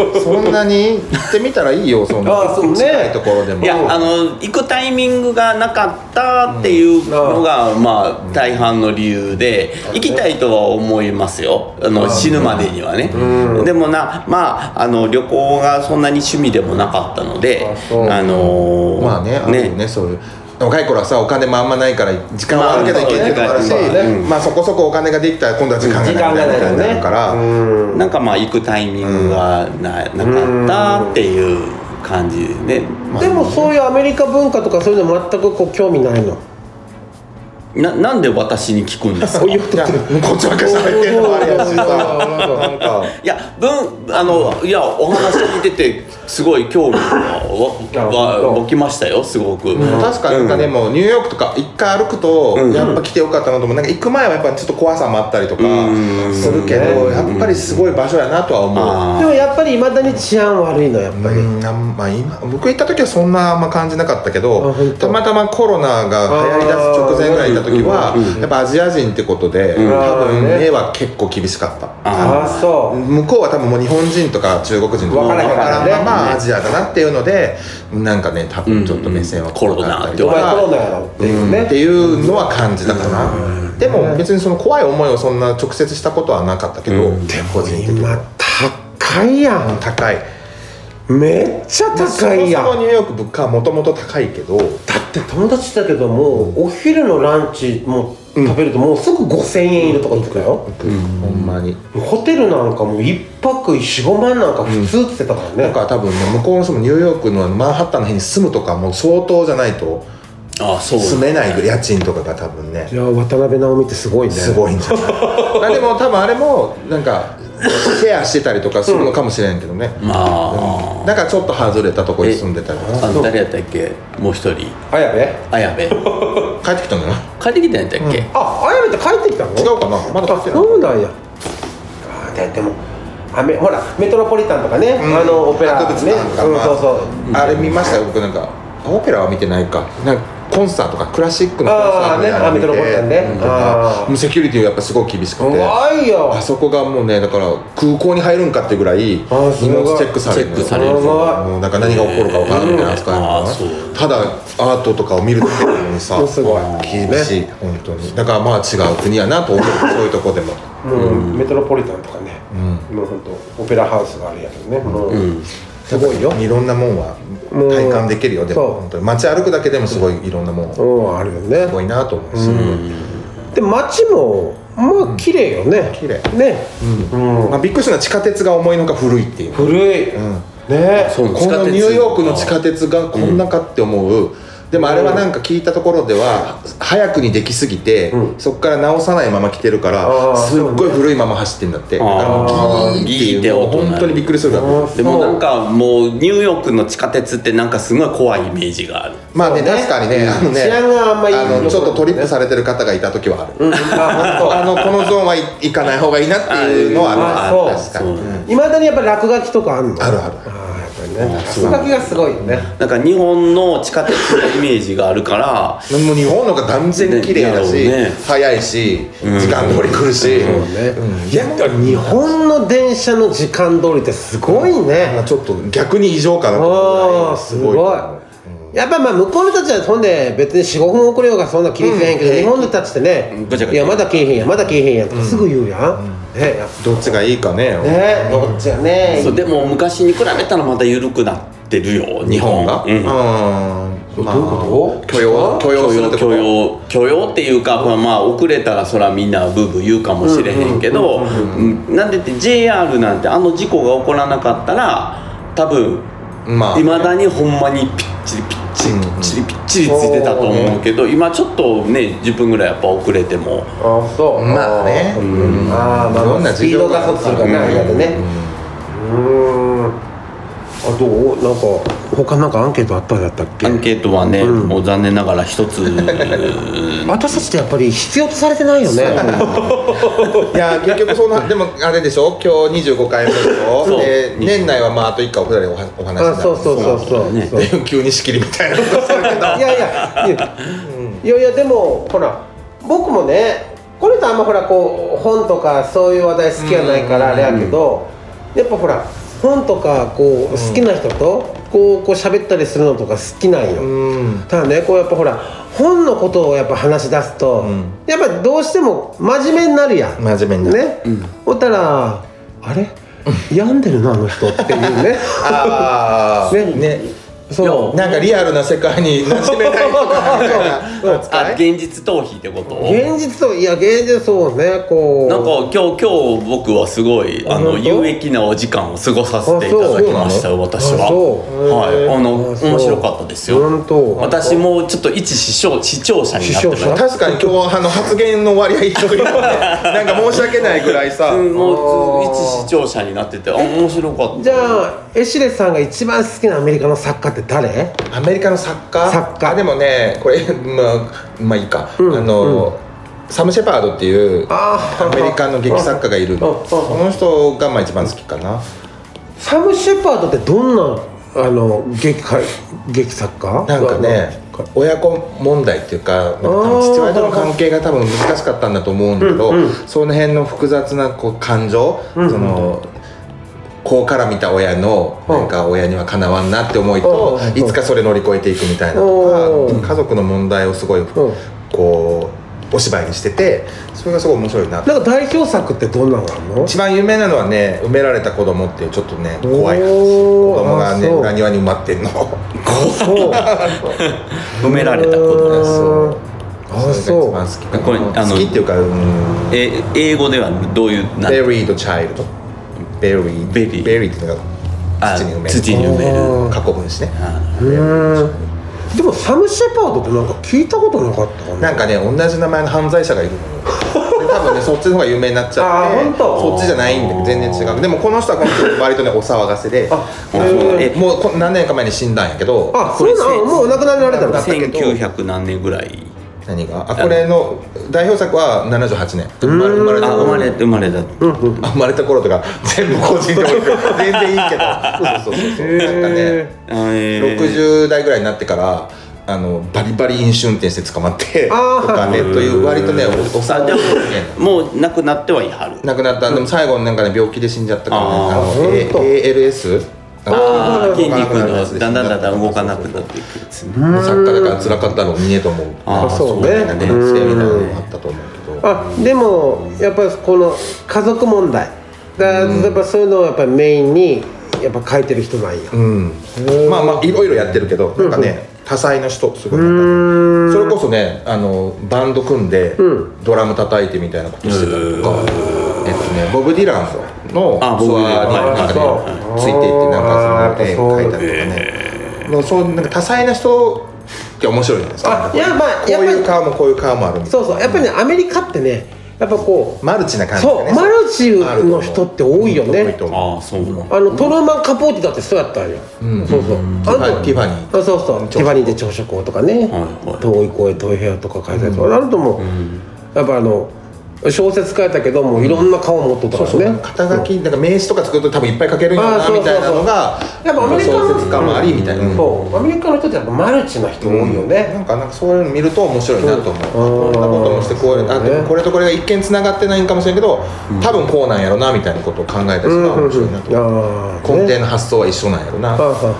S1: ます
S3: そんなに行ってみたらいいよそん
S2: あ
S3: な
S2: そうね
S3: 近いところでも
S1: いやあの行くタイミングがなかったっていうのが、まあ大半の理由で行きたいとは思いますよあの死ぬまでにはね、でもなまああの旅行がそんなに趣味でもなかったので
S2: あ
S1: あ
S2: そう
S1: のー
S3: まあねあるよねそういう若い頃はさお金もあんまないから時間はあるけど
S1: まあ
S3: 行けないとこあるし、
S1: そうね
S3: うんまあそこそこお金ができたら今度は時間がないみたいな感じになるから、
S1: なんかまあ行くタイミングがな,、なかったっていう感じでね
S2: でもそういうアメリカ文化とかそういうの全くこう興味ないの。
S1: ななんで私に聞くんですか
S2: いう
S3: いやこっちばっかり喋ってるのもあれやしさなんか
S1: いや文あのいやお話聞いててすごい興味がわ
S2: なるほど
S1: わ湧きましたよすごく、
S3: 確かになんかね、もうニューヨークとか一回歩くと
S1: うん
S3: やっぱ来てよかったなと思うなんか行く前はやっぱちょっと怖さもあったりとか
S1: うん
S3: するけ
S2: う
S3: ど
S2: ん
S3: やっぱりすごい場所やなとは思う
S1: あ
S2: でもやっぱり未だに治安悪いのやっぱり。
S3: うんなんまあ今僕行った時はそんなあんま感じなかったけ
S2: あ
S3: ど
S2: 本当
S3: たまたまコロナが流行りだす直前ぐらいいた時はやっぱアジア人ってことで多
S2: うん
S3: 分目は結構厳しかった
S2: ああそ
S3: 向こうは多分もう日本人とか中国人とか
S2: わからへんからね
S3: わらんままアジアだなっていうのでなんかね多分ちょっと目線は
S1: うんコロナって
S2: う。お
S1: わ
S2: 前
S1: か
S2: コロナやろっていう
S3: ね
S2: ね。
S3: っていうのは感じたかな、でも別にその怖い思いをそんな直接したことはなかったけど、でも個人的に
S2: 今高いやん。
S3: 高い
S2: めっちゃ高いやん。
S3: そ
S2: だ
S3: もそもニューヨーク物価はもともと高いけど
S2: って友達だけどもうお昼のランチもう食べるともうすぐ5000円いるとか言ってたよ。
S3: ほんまに
S2: ホテルなんかもう一泊45万なんか普通って言ってたからね。
S3: だから多分ね向こうの人もニューヨークのマンハッタンの辺に住むとかもう相当じゃないと
S1: あそう
S3: 住めない家賃とかが多分ね
S2: いや渡辺直美ってすごいね
S3: すごいんじゃない まあでも多分あれもなんかシェアしてたりとかするのかもしれんけどね、
S1: まあ
S3: だからちょっと外れたとこに住んでたりとか
S1: あの誰やったっけもう一人
S2: 綾部
S1: 綾部
S3: 帰ってきたのよな
S1: 帰ってきたんやったっけ、
S2: あ綾部って帰ってきたの
S3: 違うかなまだ帰
S2: あ
S3: ってない
S2: そうなんやあででもあめほらメトロポリタンとかね、
S3: うん
S2: あのオペラ
S3: 博物
S2: ね
S3: 館か
S2: うん
S3: まあ
S2: そうそう
S3: あれ見ましたよ僕なんかオペラは見てないかなんかコンサートかクラシックのコンサートみたいなの見て
S2: あーねあメトロポリタンね
S3: うんとか
S2: あー
S3: もうセキュリティがやっぱすごい厳しくて
S2: 怖いよ
S3: あそこがもうねだから空港に入るんかってぐらい荷
S2: ーすごい
S3: 物チェックされる
S1: チェックされる
S2: 怖い
S3: もうなんか何が起こるか分からないみたいな扱
S1: う
S3: い
S1: んあーそう
S3: なのただアートとかを見るだけなのにさ
S2: すごい
S3: 厳しい本当にだからまあ違う国やなと思うそういうとこでも
S2: もう、メトロポリタンとかね、もう本当オペラハウスがあるやけどね、もうすごいよ
S3: いろんなもんは
S2: もう
S3: 体感できるよで
S2: そう
S3: も本当に街歩くだけでもすごいいろんなもん
S2: う
S3: す
S2: んあるよね
S3: ごいなと思うし、
S2: で街もまあ綺麗よね
S3: 綺麗
S2: ね、うん
S3: まあ、びっくりしたのは地下鉄が思いのか古いっていう
S2: 古い、ね
S1: そう
S3: このニューヨークの地下
S1: 鉄
S3: 鉄がこんなかって思う、でもあれはなんか聞いたところでは早くにできすぎて、
S2: う
S3: そっから直さないまま来てるか
S2: あー
S3: らすっごい古いまま走ってんだってだからもうギーっていうもう本当にびっくりするだろう
S1: でもなんかもうニューヨークの地下鉄ってなんかすごい怖いイメージがある
S3: まあね
S2: そうね
S3: 確かにねあのね
S2: 治安があんまいい
S3: のちょっとトリップされてる方がいた時はある、
S2: あ本当
S3: あのこのゾーンはい行かない方がいいなっていうのはある
S2: あーそう
S3: 確かに、
S1: そう
S3: うん
S2: いまだにやっぱり落書きとかあるの
S3: あるある
S2: あーやっぱりよね落書きがすごいよね
S1: なんか日本の地下鉄のイメージがあるから
S3: もう日本の方が断然綺麗だし、
S1: ねね
S3: 早いし、時間通り来るし、うん
S2: いや日本の電車の時間通りってすごい
S3: まあ
S2: ね
S3: ちょっと逆に異常かなと
S2: お
S3: 思うぐ
S2: ー
S3: らい
S2: すごい
S3: と思う
S2: やっぱまあ向こうの人たちはほんで別に45分遅れようがそんな気にせえへんけど、
S3: うん
S2: 日本の人たちってね「
S1: ぐちゃぐちゃ
S2: いやまだ来えへんやまだ来えへんや」とかすぐ言うやん、ねやっ
S3: どっちがいいかね
S2: ぱねどっちやね
S1: そうでも昔に比べたらまた緩くなってるよ日
S3: 日
S1: 本
S3: 本が、
S1: うん
S3: うんまあ
S2: どういうこと
S3: 許容許容
S1: 許
S3: するっ
S1: 容
S3: てこと
S1: 許容許容っていうか、まあ、まあ遅れたらそらみんなブーブー言うかもしれへんけどうんなんでって JR なんてあの事故が起こらなかったら多分
S3: まあ
S1: いまだにほんまにピッチリピッチリピッチリピッチリついてたと思うけど今ちょっとね10分ぐらいやっぱ遅れても
S2: あそう
S3: まあね
S2: う
S3: うん
S2: んあーまあ
S3: どん
S2: ま
S3: な
S2: あスピ
S3: 事
S2: ー
S3: 情
S2: ド
S3: が
S2: 加速するからね
S1: うん
S2: 間でねうーんあどうなんか他なんかアンケートあったんやったっけ
S1: アンケートはね、
S2: うん
S1: もう残念ながら一つ
S2: 私たちってやっぱり必要とされてないよね
S3: いや結局そんなでもあれでしょ今日25回目でし
S1: そ
S3: ょ
S1: う
S3: で年内はまああと1回お二人おはお話しになる
S2: あそうそうそうそう
S1: ね
S2: そう
S3: で急に仕切りみたいなことす
S2: い
S3: るけど
S2: やいや、いやいやいやでもほら僕もねこれとあんまほらこう本とかそういう話題好きやないからあれやけど、やっぱほら本とかこう好きな人とこうこう喋ったりするのとか好きなんよ、
S3: うん
S2: ただねこうやっぱほら本のことをやっぱ話し出すと、
S3: うん
S2: やっぱどうしても真面目になるやん
S3: 真面目になる
S2: ね、ほったらあれ病んでるなあの人っていう ね
S3: ああ
S2: ね
S3: ね
S2: そう
S3: なんかリアルな世界に馴染めないとかみたいな
S1: あ
S3: 扱い
S1: 現実逃避ってこと
S2: 現実といや現実そうねこう
S1: なんか今日今日僕はすごいあの
S2: 本当
S1: 有益なお時間を過ごさせていただきましたよ
S3: あ
S1: 私は
S2: あそう
S1: はいあの
S2: あそう
S1: 面白かったですよ
S2: 本当
S1: 私もちょっと一視聴視聴者になって
S2: 視聴
S1: ま
S2: 者
S1: す
S3: 確かに今日あの発言の割合低いよねなんか申し訳ないぐらいさ
S1: うんもう
S2: あー
S1: 一視聴者になっててあ面白かった
S2: じゃあエシレさんが一番好きなアメリカの作家って誰
S3: アメリカの作家
S2: 作家
S3: あでもねこれまあまあいいか、あの、サム・シェパードっていう
S2: あー
S3: アメリカの劇作家がいる
S2: ああ
S3: のその人がまあ一番好きかな
S2: サム・シェパードってどんなあの劇か劇作家
S3: なんかね親子問題っていうかなんか多分父親との関係が多分難しかったんだと思うんだけど、その辺の複雑なこう感情、そのこうから見た親の
S2: うん
S3: なんか親にはかなわんなって思いと
S2: うん
S3: いつかそれ乗り越えていくみたいな
S2: お
S3: と
S2: ー
S3: か家族の問題をすごい
S2: ん
S3: こうお芝居にしててそれがすごい面白い
S2: な
S3: な
S2: んか代表作ってどんなのあんの
S3: 一番有名なのはね「埋められた子供っていうちょっとね怖い話
S2: おー
S3: 子供がね
S2: あそう
S3: 裏庭に埋まってんの。
S2: そうあ
S1: 埋められた子供です
S2: そうあ
S3: れ
S2: そ
S3: が
S2: う
S3: 一番好きかな
S1: これあの
S3: 好きっていうか、うん、
S1: え英語ではどういうな
S3: ベリーとチャイルドベリー
S1: ベリー
S3: ベリーっていうのが
S1: あ
S3: 土に埋める
S1: 土に埋め
S2: あ
S1: る
S3: 過去分ですね
S2: うんでもサム・シェパードってなんか聞いたことなかったかな
S3: なんかね同じ名前の犯罪者がいるのよで多分ねそっちの方が有名になっちゃって
S2: あーほんと
S3: そっちじゃないんだけど全然違うでもこの人はこの人割とねお騒がせで
S1: へー
S3: もうこ何年か前に死んだんやけど
S2: あそうな
S1: これ
S2: のもうお亡くなりになられたの
S3: だったけど
S1: 1900何年ぐらい
S3: 何があこれの代表作は78年生まれ生まれ
S1: あ
S3: た
S1: 生まれ生まれた
S3: あ生まれた頃とか全部個人で置いて全然いいけどそうそうそうそうなんかね
S1: あえー
S3: 60代ぐらいになってからあのバリバリ飲酒運転して捕まってと
S2: あー
S3: かねという割とねおおさ
S1: あ
S3: ん
S1: で
S3: で
S1: ももうなくなってはいはる
S3: 亡くなったでも最後なんかね病気で死んじゃったからね
S1: あー
S3: あの
S2: ほんと
S3: A- ALS
S1: あ
S3: あ
S1: ー
S3: の
S1: 筋肉
S3: 動かなくなるやつ
S1: の
S3: で
S1: だんだんだんだん動かなくなっていくやつね
S3: もう作家だから辛かったろうねと思う
S1: あー
S2: そう
S3: み
S2: ね
S3: たいなね
S2: うん
S3: そういうのもあったと思うけど
S2: あでもやっぱりこの家族問題だやっぱそういうのをやっぱりメインにやっぱ書いてる人なんや、
S3: うんまあまあいろいろやってるけどなんかね多彩な人すごいなんかそれこそねあのバンド組んでドラム叩いてみたいなことしてたりとか、えっとね、ボブ・ディランの
S1: あボ
S3: ツ
S1: ブ
S3: アーになんかね
S2: はい
S3: ついていってな
S2: あー
S3: んかその絵を描いたりとかねでもそうなんか多彩な人って面白いじゃないですか
S2: あいやまあ
S3: こう
S2: やっぱり
S3: いう顔もこういう顔もあるみたいな
S2: そうそうやっぱりねアメリカってねやっぱこう、
S3: マルチな感じだ
S2: そう
S3: ね
S2: マルチの人って多いよ
S3: 多い
S2: ね
S3: と思う
S1: ああそうな
S2: あのトローマン・カポーティだってそうやったんよ、そうそう
S3: ティファティファニー
S2: あそうそうティファニーで朝食をとかね、
S1: はいはい
S2: 遠い声遠い部屋とか書いてあるとかあるともう、やっぱあの小説書いたけどもういろんな顔持っとった
S3: そう
S2: か
S3: そう
S2: らね
S3: 肩書きなんか名刺とか作ると多分いっぱい書けるよ
S2: あー
S3: な
S2: そうそうそう
S3: みたいなのが
S2: やっぱアメリカの
S3: 小説家もありみたいな、うん
S2: そうアメリカの人ってやっぱマルチな人多いよね、
S3: なんかなんかそういうの見ると面白いなと思
S2: うん
S3: うこんなこともしてこうや
S2: そ
S3: あ
S2: うね
S3: でもこれとこれが一見つながってないんかもしれんけど多分こうなんやろなみたいなことを考えたりする
S2: うん
S3: のが
S2: うん
S3: 面白いなと思う
S2: あー
S3: 根底
S2: ね
S3: の発想は一緒なんやろな
S2: あそう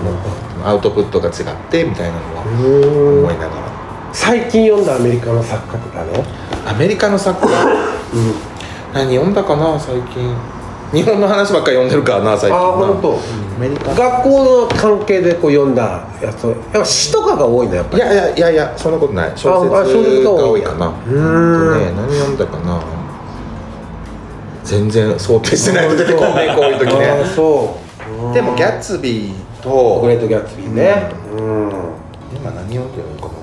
S3: アウトプットが違ってみたいなのは
S2: うん
S3: 思いながら。
S2: 最近読んだアメリカの作家とかね
S3: アメリカの作家、何読んだかな最近日本の話ばっかり読んでるからな最近
S2: ああ本当。
S3: アメリカ
S2: 学校の関係でこう読んだやつやっぱ詩とかが多いのやっぱ
S3: い
S2: り
S3: やいやいやいやそんなことない小説
S2: あ小説が
S3: が
S2: 多
S3: 多
S2: い
S3: いかなうんね何読んだかな全然想定してないと出てこ ないこういう時
S2: あー
S3: ね
S2: そううん
S3: でもギャッツビー
S2: グ
S3: と
S2: レート・ギャッツビーねうん
S3: 今何読んでるのか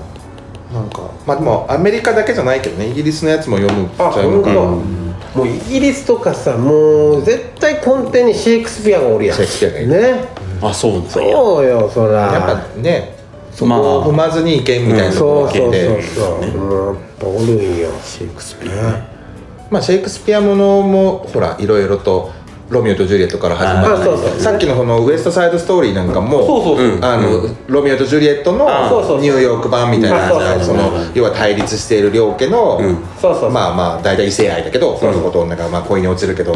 S3: ななんかまあでもアメリカだけじゃないけどねイギリスのやつも読むっち
S2: あ
S3: ゃ
S2: 本
S3: 読む
S2: 当
S3: から
S2: もうイギリスとかさもう絶対根底にシェイクスピアがおるやん
S3: シェイクスピアがいる
S2: ね
S1: あそうなんや
S2: そうよそら
S3: やっぱねそ
S1: まあ
S3: こを踏まずに意見みたいなとこ
S2: そう
S3: があっ
S2: そ
S3: て、
S2: うそうそううんやっぱおるんよシェイクスピアね
S3: まあ、シェイクスピアものもほらいろいろと「ロミオとジュリエット」から始
S2: あそう
S3: ま
S2: そう
S3: りさっきのこの「ウエスト・サイド・ストーリー」なんかも
S2: そうそうそう
S3: あのロミオとジュリエットの
S2: あそうそう
S3: ニューヨーク版みたいな
S2: あそうそう
S3: その要は対立している両家の
S2: そうそう
S3: まあまあ大体異性愛だけどそのことなんかまあ恋に落ちるけど。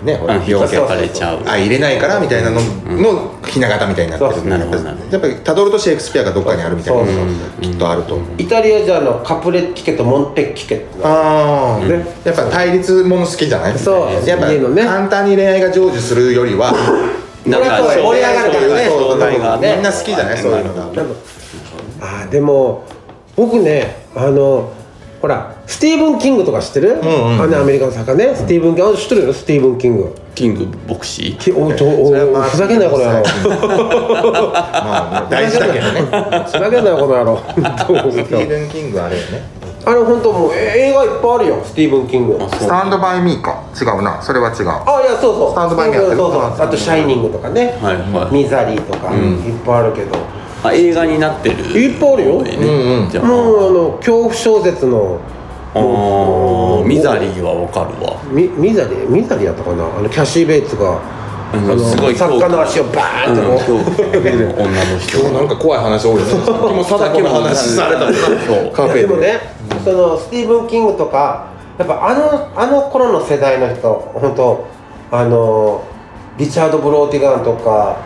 S3: ね、ほら
S1: あ
S3: 両
S1: 引っ
S3: 家
S1: かかれちゃう
S3: あ入れないからみたいなののひな形みたいになって
S2: そう
S3: る
S1: なるほどなるほ
S3: やっぱりたどるとシェイクスピアがどっかにあるみたいな
S2: そうそう
S3: きっとあると思う
S2: イタリアじゃあのカプレッキ家とモンテッキ家ってな
S3: ああ、
S2: ね
S3: やっぱ対立もの好きじゃない
S2: そう
S3: やっぱ
S2: 家のね
S3: 簡単に恋愛が成就するよりは
S1: なんか
S2: これ盛り上がるからね
S1: そういう
S3: そう
S1: が
S3: そうみんな好きじゃないそういうのが
S2: なんかあーでも僕ねあのほらスティーブン・キングとか知ってる、
S3: んうん
S2: あのアメリカの作家ねスティーブン・キングあ知ってるよスティーブン・キング
S1: キング牧師
S2: きおちょ
S3: それは
S2: お
S3: まあ
S2: ふざけんなよこの野郎
S3: まあね大事だけどね
S2: ふざけんなよこの野 郎
S3: スティーブン・キングあれよね
S2: あれ本当もうえ映画いっぱいあるよスティーブン・キング
S1: あ
S3: スタンド・バイ・ミーか違うなそれは違うあ
S2: あいやそうそう
S3: スタンドバイにやってる
S2: そうそうそうあと「シャイニング」とかね
S1: はいはい
S2: ミザリー」とか、いっぱいあるけど
S1: あ映画になってる
S2: いっぱいあるよ
S1: ね
S3: うんうん
S1: じゃあ
S2: もうあの恐怖小説の
S1: あーミザリーはわかるわ
S2: ミミザリーミザリーやったかなあのキャシー・ベイツがあ
S1: うん
S2: の
S1: すごい
S2: 作家の足をバーンってこう、
S1: うん女の人
S3: 今日なんか怖い話多いですねさっきも貞子の話されたもんな
S1: そう
S3: カフェ
S2: いや
S3: で
S2: でもね、そのスティーブン・キングとかやっぱあのあの頃の世代の人本当あのリチャード・ブローティガンとか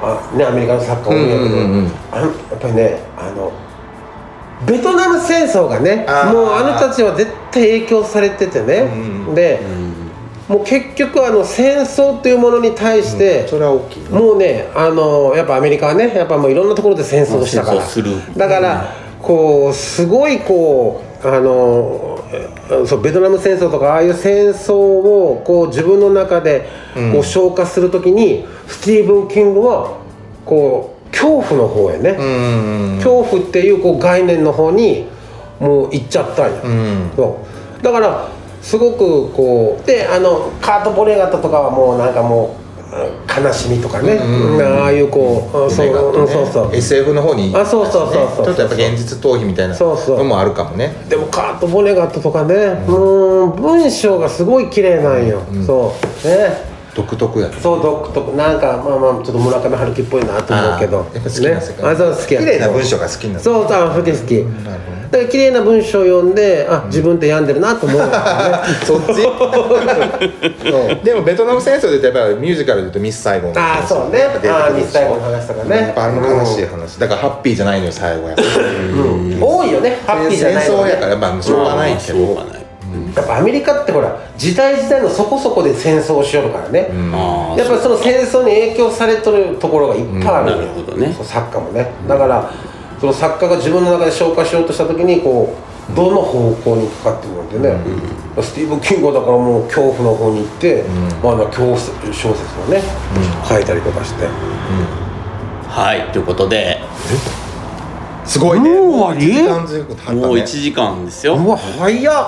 S2: あ、ね、アメリカの作家多いんやけど、
S3: うんうんうんうん
S2: あのやっぱりねあのベトナム戦争がね
S3: あー
S2: もうあの人たちは絶対影響されててね、
S3: うんう
S2: で、もう結局あの戦争というものに対して、
S3: それは大きいな
S2: もうねあのやっぱアメリカはねやっぱもういろんなところで戦争したから、
S1: 戦争する
S2: だから、こうすごいこうあのえそうベトナム戦争とかああいう戦争をこう自分の中でこう消化するときに、スティーブン・キングはこう恐怖の方へね、
S3: うん
S2: 恐怖っていうこう概念の方にもう行っちゃったんや、
S3: ん
S2: そうだからすごくこうであのカート・ボレガタとかはもうなんかもううん悲しみとかね、
S3: うん
S2: ああいうこう、あそう
S3: 夢があって
S2: うん
S3: ね
S2: そうそう
S3: SF の方に
S2: あそうそうそうそう
S3: ちょっとやっぱ現実逃避みたいな
S2: そうそう
S3: のもあるかもね
S2: でもカート・ボレガタとかねうん文章がすごい綺麗なんよ、そうね
S3: 独特やね
S2: そう独特なんかまあまあちょっと村上春樹っぽいなと思うけど
S3: あーやっぱ好きな世界
S2: ね、あそう好きや
S3: 綺麗な文章が好きになる
S2: そうそうあ好き好きだから綺麗な文章を読んであ自分って病んでるなと思うよね
S3: そっち
S2: そう
S3: でもベトナム戦争で言うとやっぱりミュージカルで言うとミス・サイゴン
S2: ああそうねああーミスタイゴの話とかね
S3: やっぱあの悲しい話だからハッピーじゃないのよ最後やっぱ
S2: うん多いよねハッピーじゃ
S3: 戦
S2: ないの
S3: 争
S2: ね
S3: やからまあしょうがないけ
S1: まあしょう
S3: ど
S1: がない
S2: やっぱアメリカってほら時代時代のそこそこで戦争をしよるからね、
S1: あ
S2: やっぱりその戦争に影響されとるところがいっぱいあるのよ、
S1: うんなるほどね
S2: そう作家もねだからその作家が自分の中で消化しようとした時にこうどの方向に行くかっていうのでね、スティーブン・キングはだからもう恐怖の方に行って、まあ、あの恐怖小説をね、書いたりとかして
S1: あはいということです
S3: ごいね
S2: もう終わり
S3: 時間ずいぶん経ったね
S1: もう1時間ですよ
S2: わ早っ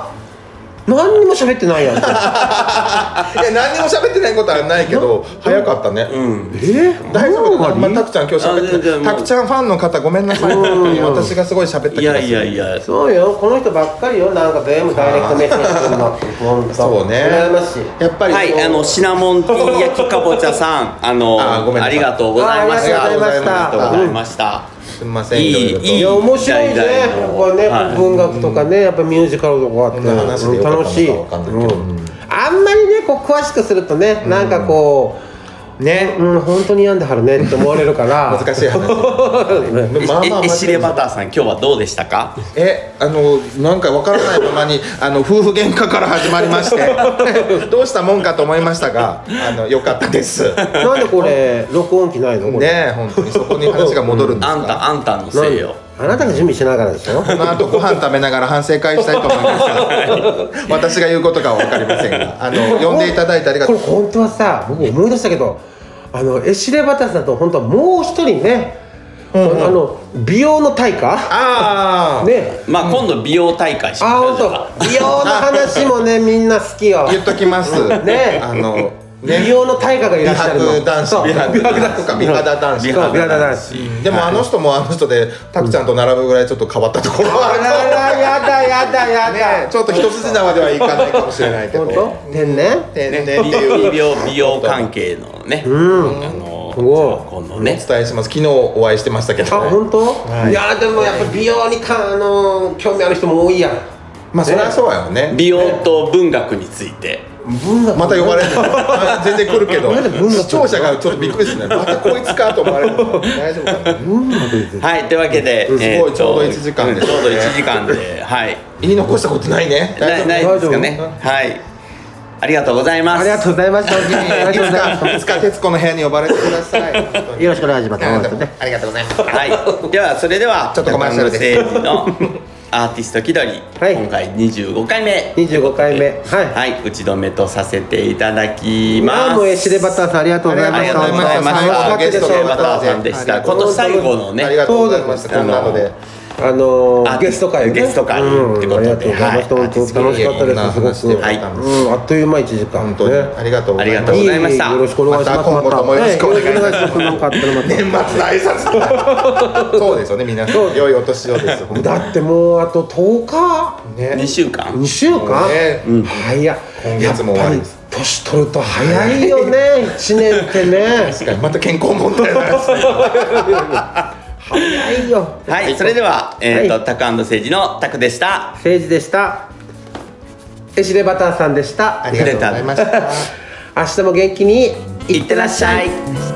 S2: 何にも喋ってないやん
S3: いや何にも喋ってないことはないけど早かったね、
S2: え
S3: 大丈夫かな、まあ、
S2: 終わ
S3: たくちゃん今日
S1: あ全
S3: 喋っ
S1: 然
S3: て
S1: もう
S3: たくちゃんファンの方ごめんなさい本当に私がすごい喋った
S1: い
S3: 気が
S1: や
S3: する
S1: いやいや
S2: りそうよこの人ばっかりよなんか全部ダイレクトメッセージするのって本当
S3: そうね
S2: 羨ましい
S3: やっぱり
S1: はい
S3: こう
S1: あのシナモンティー焼きかぼちゃさんあの
S3: あーごめんな
S1: あ
S3: さい
S1: りがとうございました
S2: あ
S1: あ
S2: り
S1: り
S2: がとうございました
S1: がとうございました
S3: すみません
S1: いい
S3: いろいろと
S1: い
S2: いや面白いね
S1: 時代の
S2: やっぱね、
S1: はい
S2: 文学とかねやっぱミュージカルとかあって、
S3: こんな話でよかったのか
S2: 楽しい
S3: わかんないけど
S2: うんあんまりねこう詳しくするとねなんかこ
S3: ね
S2: う、うん、本当に病んではるねって思われるから
S3: 難しい話
S2: ね
S1: え
S3: まあまあ
S1: えエシレバターさん今日はどうでしたか
S3: えあのなんかわからないままにあの夫婦喧嘩から始まりましてどうしたもんかと思いましたがあの良かったですね
S2: なんでこれ録音機ないのこれ、
S3: え本当にそこに話が戻るんです
S1: あんた
S3: か
S1: あんたの
S2: なん
S1: せいよ
S2: あなたが準備しながらでしょ
S3: この後ご飯食べながら反省会したいと思います私が言うことかは分かりませんがあの呼んでいただいてありが
S2: こと
S3: う
S2: れ本当はさ僕思い出したけどあのエシレバタさんと本当はもう一人ね、あの美容の大家
S3: ああ、
S2: ね
S1: まあ今度美容大会しま
S2: あ
S1: しょうじ
S2: 本
S1: ゃあ
S2: 当美容の話もねみんな好きよ
S3: 言っときます
S2: ね
S3: あの
S2: 美容の大家がいらっしゃるの
S3: 美白男子
S2: そう
S3: 美
S2: 美
S3: 白
S2: 白
S3: 男子か美肌男子
S2: 美
S3: か
S2: 肌美肌男子
S3: でもあの人もあの人でタクちゃんと並ぶぐらいちょっと変わったところはあ
S2: あ
S3: る
S2: ららやだやだやだ、
S3: ちょっと一筋縄ではいかないかもしれない けど
S2: 本当天然
S3: 天然
S1: ね
S3: って いう
S1: 美容美容関係のね、あの
S2: すごい
S1: 今度
S3: お
S1: ね、
S3: 伝えします昨日お会いしてましたけ
S2: あ
S3: ど、ね、
S2: 本当、
S3: はい
S2: い、やでもやっぱ美容にかあのー興味ある人も多いやん
S3: まあそりゃそうやよね
S1: 美容と文学について、
S2: 文学
S3: また呼ばれるのあ全然来るけ ど
S2: で文学
S3: 視聴者がちょっとびっくりす るねまたこいつかと思われるの 大丈夫かな
S2: 文学です
S1: はいというわけで、
S3: んすごいちょうど一時間
S1: で
S3: です
S1: ち
S3: ね
S1: ょうど一時間ではい
S3: 言い残したことないね大
S1: な
S3: 丈夫
S1: ないですかね
S2: 大丈
S1: はいありがとうございます
S2: ありがとうございました本当にありがとうございま
S3: いつか徹子の部屋に呼ばれてください。本当
S2: す
S3: に
S2: よろしくお願いします
S3: あ
S2: 本
S3: なた
S2: 当
S3: も
S2: ね
S3: ありがとうございます。
S1: はい、ではそれでは
S3: ちょっとコマーシャルで
S1: ジャパンのステージのアーティスト気取り、
S2: はい
S1: 今回25回目
S2: 25回目はい、
S1: はい打ち止めとさせていただき
S2: ま
S1: ます
S2: あもうエシレバターさんありがとうござい
S1: あ
S2: ま
S1: り
S2: し
S1: が
S2: た
S1: とうございました
S3: あ
S1: ゲ
S3: りがと
S1: ス
S3: うご
S1: トの
S3: ざいま
S1: バター
S3: した
S1: さんでし
S3: あ
S1: た
S3: りがと
S1: 今
S3: う
S1: 年最後の
S3: ありが
S1: ね
S3: とうございました。こんなので。
S2: あのー、
S1: あ
S2: ゲスト会ね
S1: ゲスト会
S2: うん
S1: ってことで
S2: ありがとうございました、
S1: はい
S2: 本当楽しかった
S3: こんな
S2: です
S3: 話
S2: すご
S3: で
S2: く、
S1: はい
S2: うん、あっという間一時間
S3: 本当にありがとうござい
S1: あり
S3: ま
S1: がとうご
S3: す。
S1: ざいました
S2: ええよろしくお願いします。
S3: また今後ともよろしくお願いします
S2: はよろしくお願いしますなんかあったらまた
S3: 年末の挨 拶。そうですよね皆さん。良いお年をです。本当に
S2: だってもうあと10日、
S3: ね
S1: 2週間
S2: 2週間、
S3: ね
S2: 早い。
S3: 今月も終わりです
S2: やっぱり年取ると早いよね、1年ってね。
S3: 確かにまた健康問題の話。
S2: 早いよ。
S1: はい、それでは、えっ、と、
S2: は
S1: タクセージのタクでした。
S2: 政治でした。エシレバターさんでした
S3: あ。りがとうございました。
S2: 明日も元気に
S1: いってらっしゃい。
S2: でし